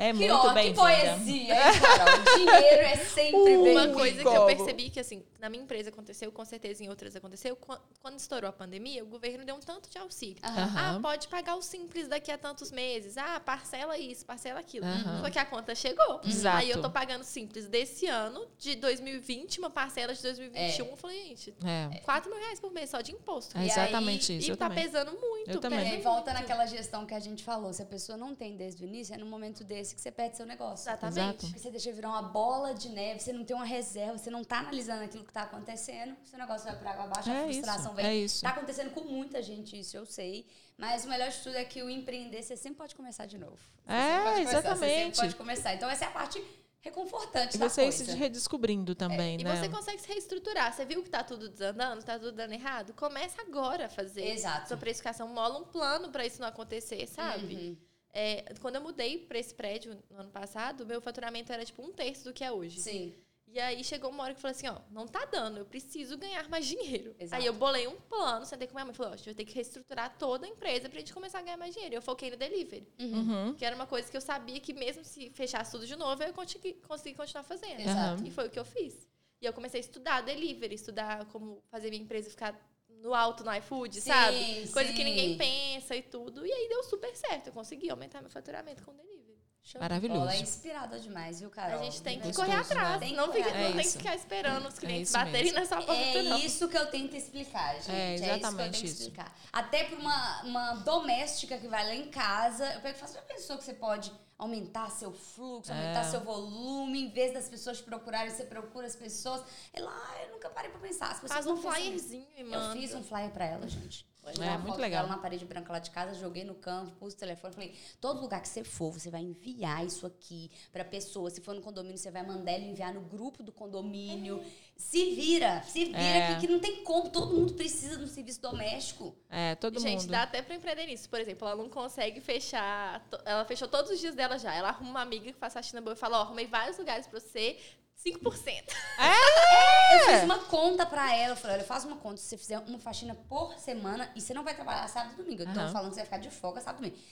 É
Que,
muito
ó, que
bem-vinda.
poesia, hein, Carol? Dinheiro é sempre bem
Uma coisa que
Como?
eu percebi que, assim, na minha empresa aconteceu, com certeza em outras aconteceu, quan- quando estourou a pandemia, o governo deu um tanto de auxílio.
Aham.
Ah, pode pagar o simples daqui a tantos meses. Ah, parcela isso, parcela aquilo.
Aham.
Só que a conta chegou.
Exato.
Aí eu tô pagando simples desse ano, de 2020, uma parcela de 2021. Eu falei, gente,
É,
4 mil reais por mês só de imposto.
é
E
exatamente isso.
E
eu
tá
também.
pesando muito.
Eu também.
E
pesa
aí volta
muito.
naquela gestão que a gente falou. Se a pessoa não tem desde o início, é num momento desse que você perde seu negócio.
Exatamente.
Porque você deixa virar uma bola de neve, você não tem uma reserva, você não tá analisando aquilo que tá acontecendo, seu negócio vai por água abaixo, a
É
frustração
isso,
vem.
é isso.
Tá acontecendo com muita gente isso, eu sei. Mas o melhor de tudo é que o empreender, você sempre pode começar de novo. Você
É,
sempre pode começar, Você
exatamente.
sempre pode começar. Então essa é a parte reconfortante
E
da
você ir
coisa. É,
se redescobrindo também,
E
né?
você consegue se reestruturar. Você viu que tá tudo desandando, tá tudo dando errado? Começa agora a fazer.
Exato.
Sua precificação mola um plano pra isso não acontecer, sabe?
Uhum.
É, quando eu mudei pra esse prédio no ano passado, meu faturamento era tipo um terço do que é hoje.
Sim.
E aí chegou uma hora que eu falei assim, ó, não tá dando, eu preciso ganhar mais dinheiro.
Exato.
Aí eu bolei um plano, sentei com minha mãe e falei, ó, a gente vai ter que reestruturar toda a empresa pra gente começar a ganhar mais dinheiro. E Eu foquei no delivery.
Uhum.
Que era uma coisa que eu sabia que mesmo se fechasse tudo de novo, eu consegui, consegui continuar fazendo. Uhum.
Exato.
E foi o que eu fiz. E eu comecei a estudar delivery, estudar como fazer minha empresa ficar no alto no iFood,
Sim,
sabe? Coisa
sim.
que ninguém pensa e tudo. E aí deu super certo. Eu consegui aumentar meu faturamento com delivery. Show.
Maravilhoso.
Ela é inspirada demais, viu, Carol?
A gente tem que
Gostoso,
correr
né?
atrás.
Tem que
não
correr
fica,
atrás.
não
É
tem que
isso.
ficar esperando os clientes
isso
baterem
mesmo.
na sua porta,
É
não.
isso que eu tento explicar, gente.
É,
É,
exatamente
isso que eu tento
isso.
explicar. Até pra uma, uma doméstica que vai lá em casa, eu pego e falo, já pensou que você pode aumentar seu fluxo,
É.
aumentar seu volume, em vez das pessoas te procurarem, você procura as pessoas. E lá, eu nunca parei pra pensar. As pessoas
Faz
não
um
pensam nisso.
flyerzinho e
Eu
manda.
fiz um flyer pra ela, gente.
É,
Tirei uma
muito
foto
legal.
Dela na parede branca lá de casa, joguei no campo, pus o telefone, falei: todo lugar que você for, você vai enviar isso aqui pra pessoa. Se for no condomínio, você vai mandar ele enviar no grupo do condomínio. Se vira, se vira,
É.
que, que não tem como. Todo mundo precisa de um serviço doméstico.
É, todo
Gente,
mundo.
dá até pra empreender nisso. Por exemplo, ela não consegue fechar. to- Ela fechou todos os dias dela já. Ela arruma uma amiga que faz faxina boa e fala: Ó, arrumei vários lugares pra você, 5%.
Eu
É.
fiz uma conta pra ela. Eu falei: olha, faz uma conta. Se você fizer uma faxina por semana e você não vai trabalhar sábado e domingo. Eu tô
Aham.
falando que você vai ficar de folga sábado e domingo.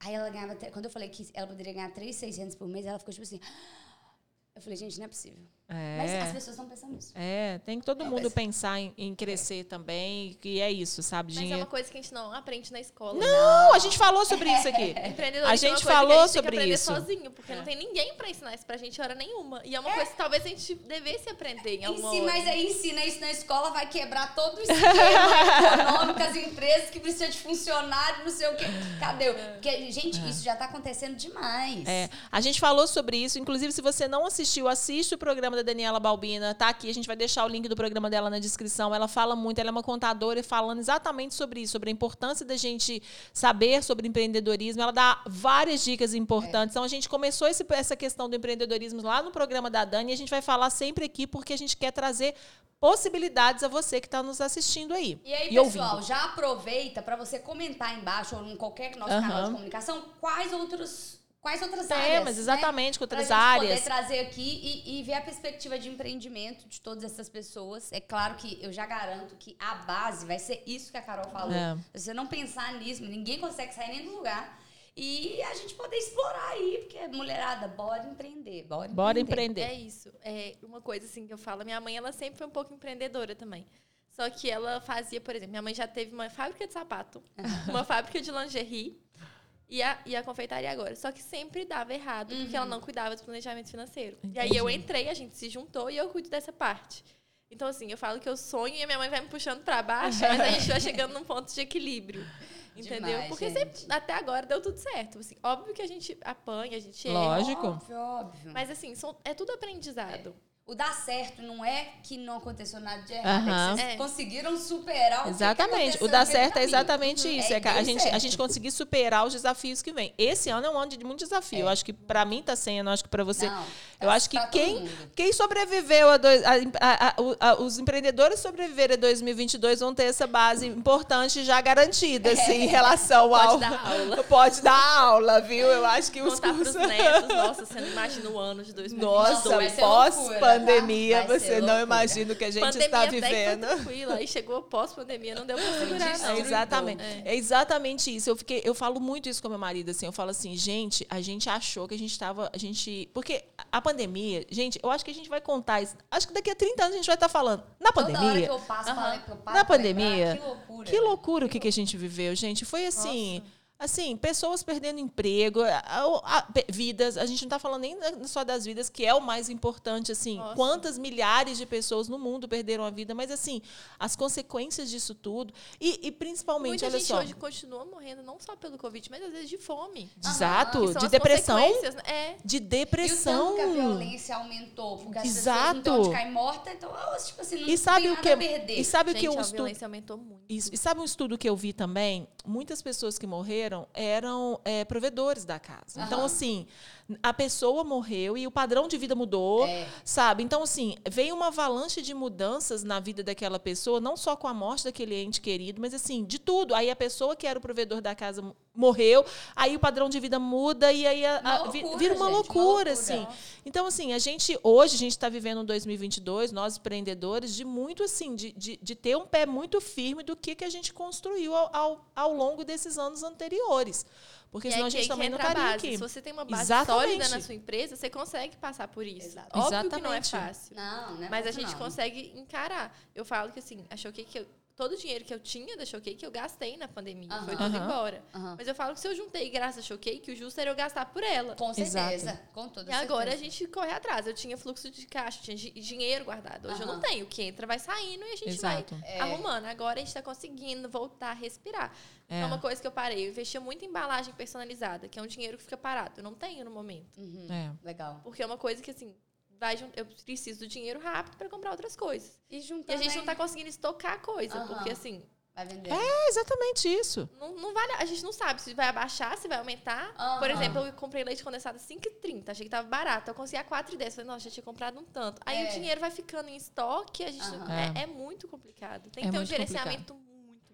Aí ela ganhava. tre- Quando eu falei que ela poderia ganhar 3,600 por mês, ela ficou tipo assim. Eu falei, gente, não é possível. Mas
É.
as pessoas estão pensando nisso.
É, tem que todo
Não,
mundo
mas- é.
pensar em, em crescer também, que é isso, sabe?
Mas é
Dinheiro.
uma coisa que a gente não aprende na escola. né?
Não, a gente falou sobre isso aqui.
Empreendedorismo
A
é uma
gente
coisa que
falou
a gente
sobre
tem que aprender
isso.
sozinho, porque não tem ninguém pra ensinar isso pra gente hora nenhuma. E é uma coisa que talvez a gente devesse aprender em alguma
Ensina,
hora.
mas aí ensina isso na escola, vai quebrar todo o esquema econômico, as empresas que precisam de funcionário, não sei o quê. Cadê? o- Porque, gente, isso já tá acontecendo demais.
É, a gente falou sobre isso. Inclusive, se você não assistiu, assiste o programa da Daniela Balbina. Tá aqui, a gente vai deixar o link do programa dela na descrição. Ela fala muito, ela é uma contadora e falando exatamente sobre isso, sobre a importância da gente saber sobre empreendedorismo. Ela dá várias dicas importantes.
É.
Então, a gente começou esse- essa questão do empreendedorismo lá no programa da Dani e a gente vai falar sempre aqui porque a gente quer trazer possibilidades a você que está nos assistindo aí.
E aí, pessoal,
ouvindo.
já aproveita para você comentar aí embaixo ou em qualquer nosso
Aham.
canal de comunicação quais outros quais outras áreas.
Temas, É,
né?
exatamente, com
Pra
outras
gente
áreas.
poder trazer aqui e, e ver a perspectiva de empreendimento de todas essas pessoas. É claro que eu já garanto que a base vai ser isso que a Carol falou.
É.
Se você não pensar nisso, ninguém consegue sair nem do lugar. E a gente poder explorar aí, porque mulherada, bora empreender, bora,
Bora
empreender.
empreender.
É isso. É uma coisa assim que eu falo. Minha mãe, ela sempre foi um pouco empreendedora também. Só que ela fazia, por exemplo, minha mãe já teve uma fábrica de sapato, uma fábrica de lingerie e a, e a confeitaria agora. Só que sempre dava errado, porque
Uhum.
ela não cuidava do planejamento financeiro. E aí eu entrei, a gente se juntou e eu cuido dessa parte. Então, assim, eu falo que eu sonho e a minha mãe vai me puxando pra baixo, mas a gente vai chegando num ponto de equilíbrio. Entendeu?
Demais,
Porque
gente.
sempre- até agora deu tudo certo. Assim, óbvio que a gente apanha, a gente erra,
Lógico.
Óbvio, óbvio.
mas assim, são- é tudo aprendizado.
O dar certo não é que não aconteceu nada de errado, é
Aham.
que vocês
É.
conseguiram superar o que
Exatamente.
aconteceu
O dar
no meio do
certo é
caminho.
exatamente isso.
É
É que a,
bem
gente,
certo.
a gente conseguir superar os desafios que vem. Esse ano é um ano de muito desafio. Eu acho que pra mim tá sendo, eu acho que pra você.
Não,
eu
tá-
acho que
tá todo
quem,
mundo.
quem sobreviveu a, dois, a, a- a- o- a- os empreendedores sobreviveram a 2022 vão ter essa base importante já garantida assim, em relação
Pode
ao
dar aula.
pode dar aula, viu? Eu acho que os
Contar
cursos
pros netos, nossa, você não imagina o ano de 2020.
nossa,
vai ser
pós
loucura,
pandemia,
tá? Vai ser
você não
loucura.
imagina o que a gente
pandemia
está
até que foi
vivendo.
tranquila, aí chegou pós-pandemia, não deu pra segurar, não.
É, exatamente.
É.
É exatamente isso. Eu fiquei, eu falo muito isso com meu marido assim, eu falo assim, gente, a gente achou que a gente tava, a gente, porque a pandemia, gente, eu acho que a gente vai contar isso. Acho que daqui a 30 anos a gente vai estar falando na
Toda hora que
pandemia.
eu passo,
Aham.
falei que eu passo.
Na
pra
pandemia,
lembrar, Que loucura.
né?
Que loucura o que, que a gente viveu, gente. Foi assim, assim, pessoas perdendo emprego, a- a- pe- vidas, a gente não tá falando nem da- só das vidas, que é o mais importante, assim,
Nossa.
quantas milhares de pessoas no mundo perderam a vida, mas assim, as consequências disso tudo e, e principalmente,
Muita
olha
gente
só,
hoje continua morrendo, não só pelo Covid, mas às vezes de fome.
Aham.
Exato,
Que são
de
as
depressão,
consequências, né? É.
de
E o tanto
depressão.
que a violência aumentou, porque as pessoas não
Exato.
têm onde cair morta, então, elas, tipo assim, não
E sabe
tem
o
nada
que? é
a é perder.
E sabe o que
Gente,
eu
a
estudo?
violência aumentou muito.
Isso. E sabe um estudo que eu vi também? Muitas pessoas que morreram eram é, provedores da casa. Então,
Aham.
assim, a pessoa morreu e o padrão de vida mudou,
É.
sabe? Então, assim, veio uma avalanche de mudanças na vida daquela pessoa, não só com a morte daquele ente querido, mas, assim, de tudo. Aí a pessoa que era o provedor da casa morreu, aí o padrão de vida muda e aí a-
Uma
a- vi-
loucura,
vira uma
gente, uma
loucura,
loucura.
assim. Então, assim, a gente, hoje, a gente está vivendo um 2022, nós empreendedores, de muito, assim, de, de, de ter um pé muito firme do que, que a gente construiu ao, ao, ao longo desses anos anteriores. Porque
E
senão
aí
a gente
que aí que
também não
entra a
estaria
base.
aqui.
Se você tem uma base
Exatamente.
sólida na sua empresa, você consegue passar por isso.
Exato.
Óbvio que não é
Exatamente. é
fácil.
Não, né?
Mas a gente
não.
consegue encarar. Eu falo que assim, a Showcake, que eu- todo o dinheiro que eu tinha da Showcake, eu gastei na pandemia.
Aham.
Foi tudo
Aham.
embora.
Aham.
Mas eu falo que se eu juntei graças à Showcake, o justo era eu gastar por ela.
Com
Exato.
certeza. Com toda
E agora a
certeza.
gente corre atrás. Eu tinha fluxo de caixa, tinha di- dinheiro guardado. Hoje eu não
Aham. É.
tenho. O que entra vai saindo e a gente
Exato.
vai arrumando. Agora a gente está conseguindo voltar a respirar. É.
É.
uma coisa que eu parei. Eu investia muito em embalagem personalizada, que é um dinheiro que fica parado. Eu não tenho no momento.
Uhum.
É.
Legal.
Porque é uma coisa que, assim, vai jun- eu preciso do dinheiro rápido para comprar outras coisas.
E
E
juntar.
a gente não tá conseguindo estocar a coisa,
Aham.
porque assim,
Vai vender.
É exatamente isso.
não, não vale, a gente não sabe se vai abaixar, se vai aumentar.
Aham.
Por exemplo, eu comprei leite condensado a 5,30, achei que tava barato. Eu consegui a 4,10, falei, nossa, já tinha comprado um tanto. Aí
É.
o dinheiro vai ficando em estoque, a gente não-
Aham.
é, é muito complicado. Tem
É
que ter um
muito
gerenciamento muito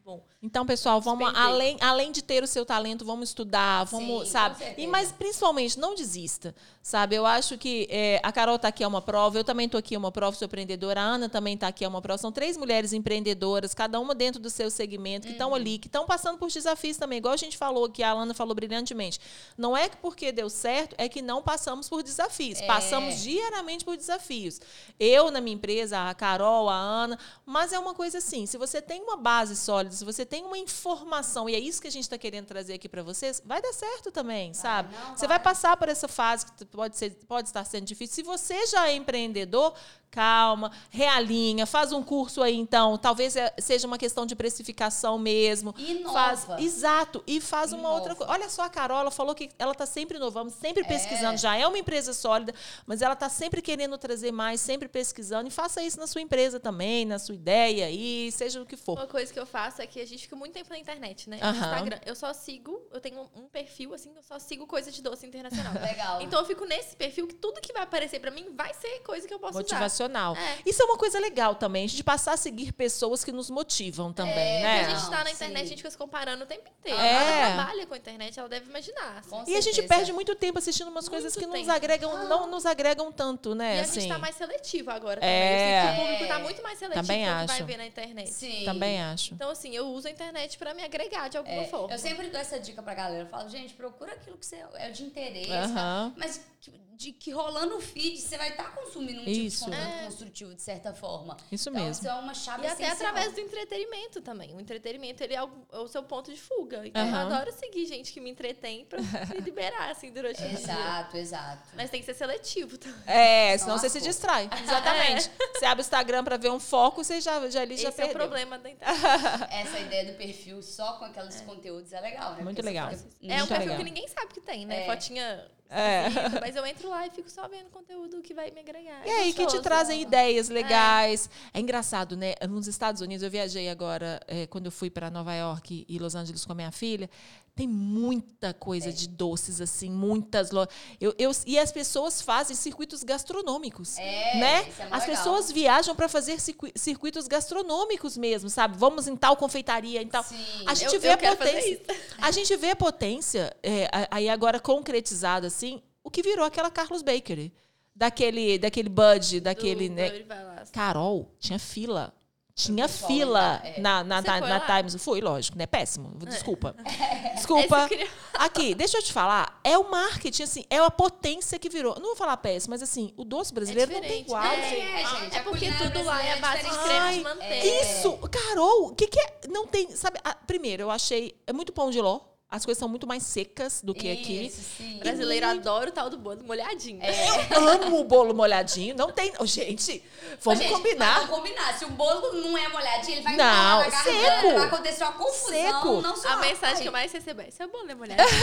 bom.
Então, pessoal, vamos
Despender.
além, além de ter o seu talento, vamos estudar, vamos,
Sim,
sabe?
com certeza.
E mas principalmente não desista, sabe? Eu acho que é, a Carol tá aqui é uma prova, eu também tô aqui é uma prova, sou empreendedora, a Ana também tá aqui é uma prova. São três mulheres empreendedoras, cada uma dentro do seu segmento, que estão
Uhum.
ali, que estão passando por desafios também. Igual a gente falou que a Ana falou brilhantemente. Não é que porque deu certo, é que não passamos por desafios.
É.
Passamos diariamente por desafios. Eu na minha empresa, a Carol, a Ana, mas é uma coisa assim, se você tem uma base sólida, se você tem uma informação, e é isso que a gente está querendo trazer aqui para vocês, vai dar certo também, sabe?
não,
você
vai.
vai passar por essa fase que tu- pode, ser, pode estar sendo difícil. Se você já é empreendedor, calma, realinha, faz um curso aí então. Talvez é- seja uma questão de precificação mesmo.
Inova.
Faz, exato, e faz uma
Inova.
outra coisa. Olha só, a Carol, ela falou que ela está sempre inovando, sempre pesquisando, já é uma empresa sólida, mas ela está sempre querendo trazer mais, sempre pesquisando. E faça isso na sua empresa também, na sua ideia aí, seja o que for.
Uma coisa que eu faço é que a gente fica muito tempo na internet, né?
Aham.
No Instagram. Eu só sigo, eu tenho um perfil, assim, eu só sigo coisa de doce internacional.
Legal.
Então eu fico nesse perfil que tudo que vai aparecer para mim vai ser coisa que eu posso usar.
Motivacional.
É.
Isso é uma coisa legal também, a gente passar a seguir pessoas que nos motivam também,
É,
né?
A gente tá na
Não,
internet,
sim.
a gente fica se comparando o tempo inteiro.
É.
Ela trabalha com a internet, ela deve imaginar. assim.
Com
E a gente
certeza.
perde muito tempo assistindo umas coisas que não nos
tempo. Ah.
agregam, não nos agregam tanto,
E
né?
a
assim,
gente tá mais seletivo agora
É.
também. Eu sinto que o público
É.
tá muito mais seletivo
Também
com o que vai
acho.
ver na internet.
Sim.
também né? acho.
Então, assim, eu uso a internet pra me agregar de alguma
É,
forma.
eu sempre dou essa dica pra galera. Eu falo, gente, procura aquilo que você é de interesse.
Aham.
Mas que, de que rolando o feed, você vai estar consumindo um tipo de
Isso. É.
conteúdo construtivo, de certa forma.
Isso
Então,
mesmo.
isso é uma chave
E
assim,
até
essencial.
através do entretenimento também. O entretenimento, ele é o, é o seu ponto de fuga. Então, eu
Aham.
adoro seguir gente que me entretém pra me liberar, assim, durante o dia.
Exato, exato.
Mas tem que ser seletivo também.
É, senão
Então,
você se
lascou.
distrai. Exatamente. Você abre o Instagram pra ver um foco, você já, já ali já
Esse é o
perdeu.
problema da internet.
Essa ideia do perfil só com aqueles conteúdos é legal, né?
Muito
Porque você
legal.
fica-
É um
Muito
perfil
legal.
que ninguém sabe que tem, né?
É.
Fotinha.
É.
esquisita, Mas eu entro lá e fico só vendo conteúdo que vai me agregar.
E aí que te
É gostoso. né?
trazem ideias legais. É. engraçado, né? Nos Estados Unidos, eu viajei agora, é, quando eu fui para Nova York e Los Angeles com a minha filha, tem muita coisa de doces, assim, muitas lo... eu, eu E as pessoas fazem circuitos gastronômicos,
É,
né?
isso é mó
as
legal.
pessoas viajam para fazer circu- circuitos gastronômicos mesmo, sabe? Vamos em tal confeitaria, em tal...
Sim.
A gente
Eu-
vê
eu
a
quero fazer
potência. A gente vê a potência, é, a- aí agora concretizada assim, o que virou aquela Carlos Bakery. Daquele, daquele Bud, daquele.
Do-
né?
do Urival Lasso.
Carol, tinha fila. Tinha
pessoal
fila
entrar, é.
na, na,
Você
na,
foi
na
lá? É.
Times. Fui, lógico, né? Péssimo. Desculpa.
Essa
Desculpa.
eu queria-
Aqui, deixa eu te falar. É o marketing, assim, é a potência que virou. Não vou falar péssimo, mas assim, o doce brasileiro não tem
diferente,
igual.
né?
É,
É,
gente,
é
a
porque
culinária
tudo lá é a base de
brasileira é
creme
Ai,
de manteiga.
Isso, Carol, o que, que é? Não tem, sabe? ah, primeiro, eu achei. É muito pão de ló. As coisas são muito mais secas do que aqui.
Isso, sim.
Brasileiro adora o tal do bolo molhadinho.
É.
Eu amo o bolo molhadinho. Não tem. Ô, gente, vamos
Gente,
combinar.
mas Vamos combinar. Se o bolo não é molhadinho, ele vai
Não,
embalar na garganta,
seco.
vai acontecer uma confusão.
Seco.
Não só
A mensagem que eu
Ai,
mais recebo é: seu bolo é molhadinho.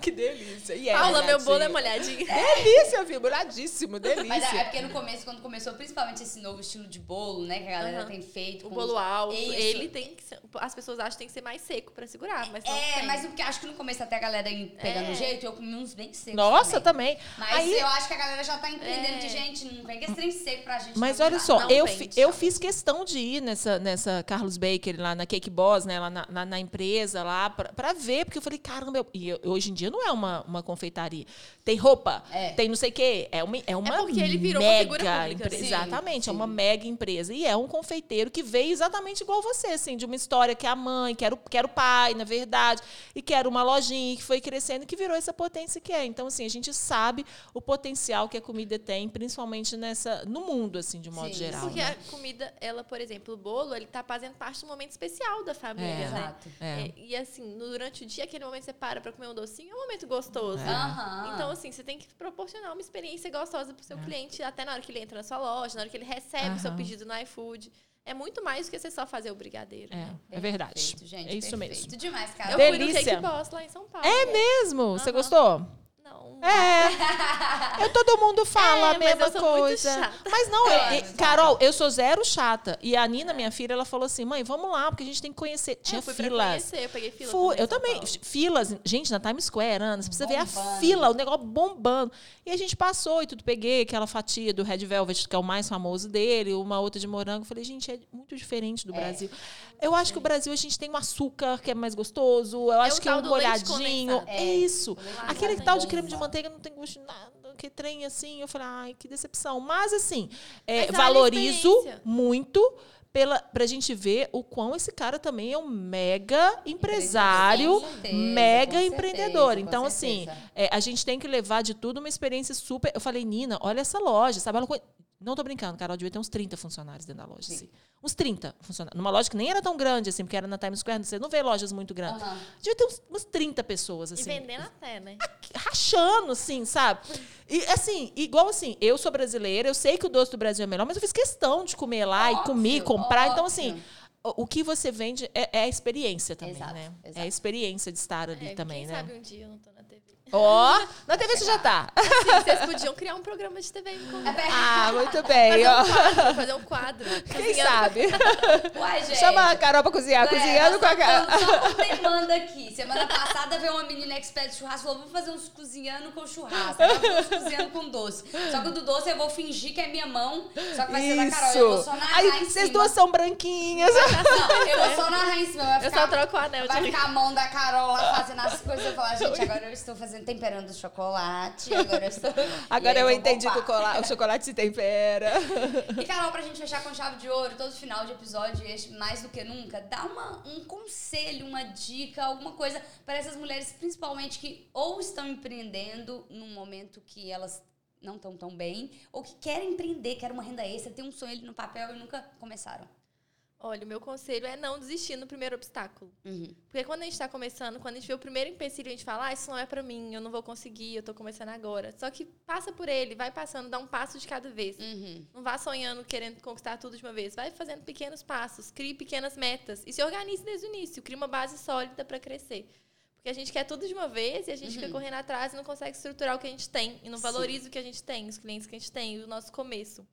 que delícia. E é
Paula, meu bolo é
molhadinho.
molhadinho.
Delícia, viu? Molhadíssimo, delícia.
Mas é é porque no começo, quando começou, principalmente esse novo estilo de bolo, né? Que a galera
Aham.
tem feito.
O
com
bolo
os-
alto,
Isso.
ele tem que ser. As pessoas acham que tem que ser mais seco pra segurar, mas não
É,
tem.
mas porque acho que no começo até a galera ir pegando
É.
jeito, eu comi uns bem secos.
Nossa,
também.
também.
Mas
Aí-
eu acho que a galera já tá entendendo
É.
de gente, não vem que esse trem seco pra gente.
Mas
não
olha
dá.
só,
não
eu,
tem, um
fi-
sabe?
eu fiz questão de ir nessa, nessa Carlos Baker, lá na Cake Boss, né, lá na, na- na empresa, lá, pra, pra ver, porque eu falei, caramba, eu- e eu- hoje em dia não é uma, uma confeitaria. Tem roupa,
É.
tem não sei o quê. É uma, é uma
porque ele virou uma
mega
figura pública, assim.
empresa.
sim,
exatamente, é
sim.
uma mega empresa. E é um confeiteiro que veio exatamente igual você, assim, de uma história que é a mãe, que era o, que era o pai, na verdade, e que era uma lojinha que foi crescendo e que virou essa potência que é. Então, assim, a gente sabe o potencial que a comida tem, principalmente nessa no mundo, assim, de um modo
Sim,
geral.
Porque
né?
a comida, ela, por exemplo, o bolo, ele tá fazendo parte do momento especial da família,
É.
né?
Exato.
É.
É, E assim, no- durante o dia, aquele momento que você para pra comer um docinho, é um momento gostoso.
Aham.
Ah.
Então, assim, você tem que proporcionar uma experiência gostosa pro seu cliente, até na hora que ele entra na sua loja, na hora que ele recebe o
É.
seu
Aham.
pedido no iFood. É muito mais do que você só fazer o brigadeiro.
É,
né?
é verdade.
Perfeito, gente,
é isso
perfeito.
mesmo.
demais, cara.
Eu fui no
Delícia.
Cake Boss lá em São Paulo.
É mesmo? Você
Aham.
gostou?
Não.
É. Eu, todo mundo fala
É,
a
mas eu
mesma
sou muito
coisa.
chata.
Mas não,
Eu
eu-
amo,
eu-
chata.
Carol, eu sou zero chata. E a Nina, minha filha, ela falou assim: mãe, vamos lá, porque a gente tem que conhecer. Tinha
É. eu fui Pra
filas.
conhecer, eu peguei fila.
Fui,
em
eu
São
também.
Paulo.
Filas, gente, na Times Square, Ana, você precisa ver a
Bombando.
fila, o negócio bombando. E a gente passou e tudo, peguei aquela fatia do Red Velvet, que é o mais famoso dele, uma outra de morango. Falei, gente, é muito diferente do
É.
Brasil. Eu acho que o Brasil a gente tem um açúcar que é mais gostoso, eu acho
o
que é
tal
um
do leite
molhadinho.
condensado.
É isso.
leite
Aquele
condensado
tal de
é
creme de
bomba.
manteiga não tem gosto de nada, que trem assim. Eu falei, ai, que decepção. Mas assim, é,
Mas olha a
valorizo
experiência.
muito pela, pra gente ver o quão esse cara também é um mega
Empresário,
empresário,
com certeza, com
mega
certeza,
empreendedor.
com
então, assim,
certeza.
é, a gente tem que levar de tudo uma experiência super. Eu falei, Nina, olha essa loja, sabe? Ela co- Não tô brincando, Carol, devia ter uns 30 funcionários dentro da loja.
Sim.
assim. Uns 30 funcionários. Numa loja que nem era tão grande, assim, porque era na Times Square, você não vê lojas muito grandes.
Aham.
Devia ter uns, umas 30 pessoas, assim
Ah. E vendendo até, né?
rachando, assim, sabe? E assim, igual assim, eu sou brasileira, eu sei que o doce do Brasil é melhor, mas eu fiz questão de comer lá e
Óbvio,
comer, comprar. Então,
óbvio.
assim, o, o que você vende é, é a experiência também,
Exato,
né?
exato.
É a experiência de estar ali
É,
também,
quem
né?
sabe um dia eu não tô na TV.
Ó, na TV você já tá.
Sim, vocês podiam criar um programa de TV em comum.
É,
Ah, muito bem, ó.
Fazer um quadro.
Quem sabe?
Uai, gente.
Chama a Carol pra
É,
cozinhar, cozinhando com a Carol.
cara. Só por demanda aqui. Semana passada veio uma menina expert de churrasco e falou: vamos fazer uns cozinhando com churrasco, agora vamos fazer uns cozinhando com doce. Só que o do doce eu vou fingir que é minha mão, só que vai ser da Carol. Eu vou
Isso.
só narrar
Aí
em
vocês
cima. tá?
duas são branquinhas.
Não, eu vou só narrar em cima. Vai
Eu
ficar,
só troco o anel de
vai ficar a mão da Carol lá fazendo as coisas. Eu falar, gente, agora eu estou fazendo temperando chocolate. Agora eu estou.
Agora
E aí
eu
vou
entendi que o,
bombar.
cola- o chocolate se tempera.
E Carol, pra gente fechar com chave de ouro, todo final de episódio, este mais do que nunca, dá uma, um conselho, uma dica, alguma coisa para essas mulheres, principalmente que ou estão empreendendo num momento que elas não estão tão bem, ou que querem empreender, querem uma renda extra, tem um sonho ali no papel e nunca começaram.
Olha, o meu conselho é não desistir no primeiro obstáculo.
Uhum.
Porque quando a gente tá começando, quando a gente vê o primeiro empecilho, a gente fala, ah, isso não é pra mim, eu não vou conseguir, eu tô começando agora. Só que passa por ele, vai passando, dá um passo de cada vez.
Uhum.
Não vá sonhando, querendo conquistar tudo de uma vez. Vai fazendo pequenos passos, crie pequenas metas e se organize desde o início. Crie uma base sólida para crescer. Porque a gente quer tudo de uma vez e a gente fica correndo atrás e não consegue estruturar o que a gente tem. E não
Uhum. Sim.
valoriza o que a gente tem, os clientes que a gente tem, o nosso começo.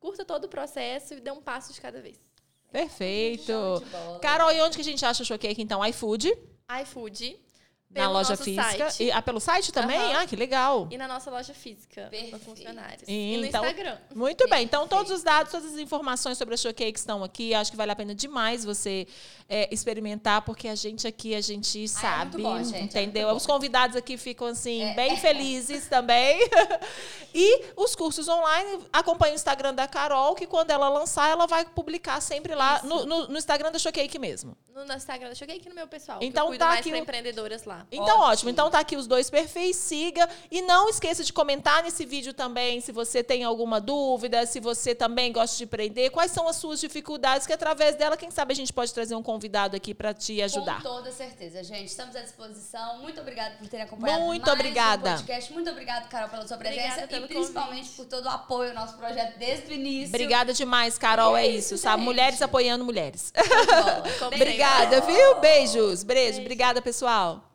Curta todo o processo e dê um passo de cada vez.
Show
Perfeito.
de bola.
Carol, e onde que a gente acha o Showcake, então? iFood,
iFood.
na
pelo
loja
nosso
física.
site
E, ah, pelo site também?
Aham.
Ah, que legal.
E na nossa loja física,
Perfeito.
para funcionários.
E
E, no
então-
Instagram.
Muito bem, então todos os dados, todas as informações sobre a Showcake estão aqui. Acho que vale a pena demais você é, experimentar, porque a gente aqui, a gente sabe,
Ah, muito bom, gente, é muito
entendeu?
bom.
Os convidados aqui ficam, assim,
É.
bem felizes também. e os cursos online, acompanha o Instagram da Carol, que quando ela lançar, ela vai publicar sempre lá no, no- no Instagram da Showcake mesmo.
No nosso Instagram, eu cheguei aqui no meu pessoal.
Então
que eu cuido
tá
mais
aqui
pra
o-
empreendedoras lá.
Então, ótimo.
Ótimo.
Então tá aqui os dois perfis, siga. E não esqueça de comentar nesse vídeo também se você tem alguma dúvida, se você também gosta de aprender, quais são as suas dificuldades, que através dela, quem sabe a gente pode trazer um convidado aqui pra te ajudar.
Com toda certeza, gente. Estamos à disposição. Muito obrigada por terem acompanhado
Muito
mais
obrigada.
um podcast. Muito obrigada, Carol, pela sua presença
Obrigada pelo
e principalmente
convite.
por todo o apoio ao nosso projeto desde o início.
Obrigada demais, Carol. É
É
isso,
isso,
sabe?
gente.
Mulheres apoiando mulheres.
Bola.
Então,
Como sempre.
Obrigada, viu? Beijos. Beijo. Obrigada, pessoal.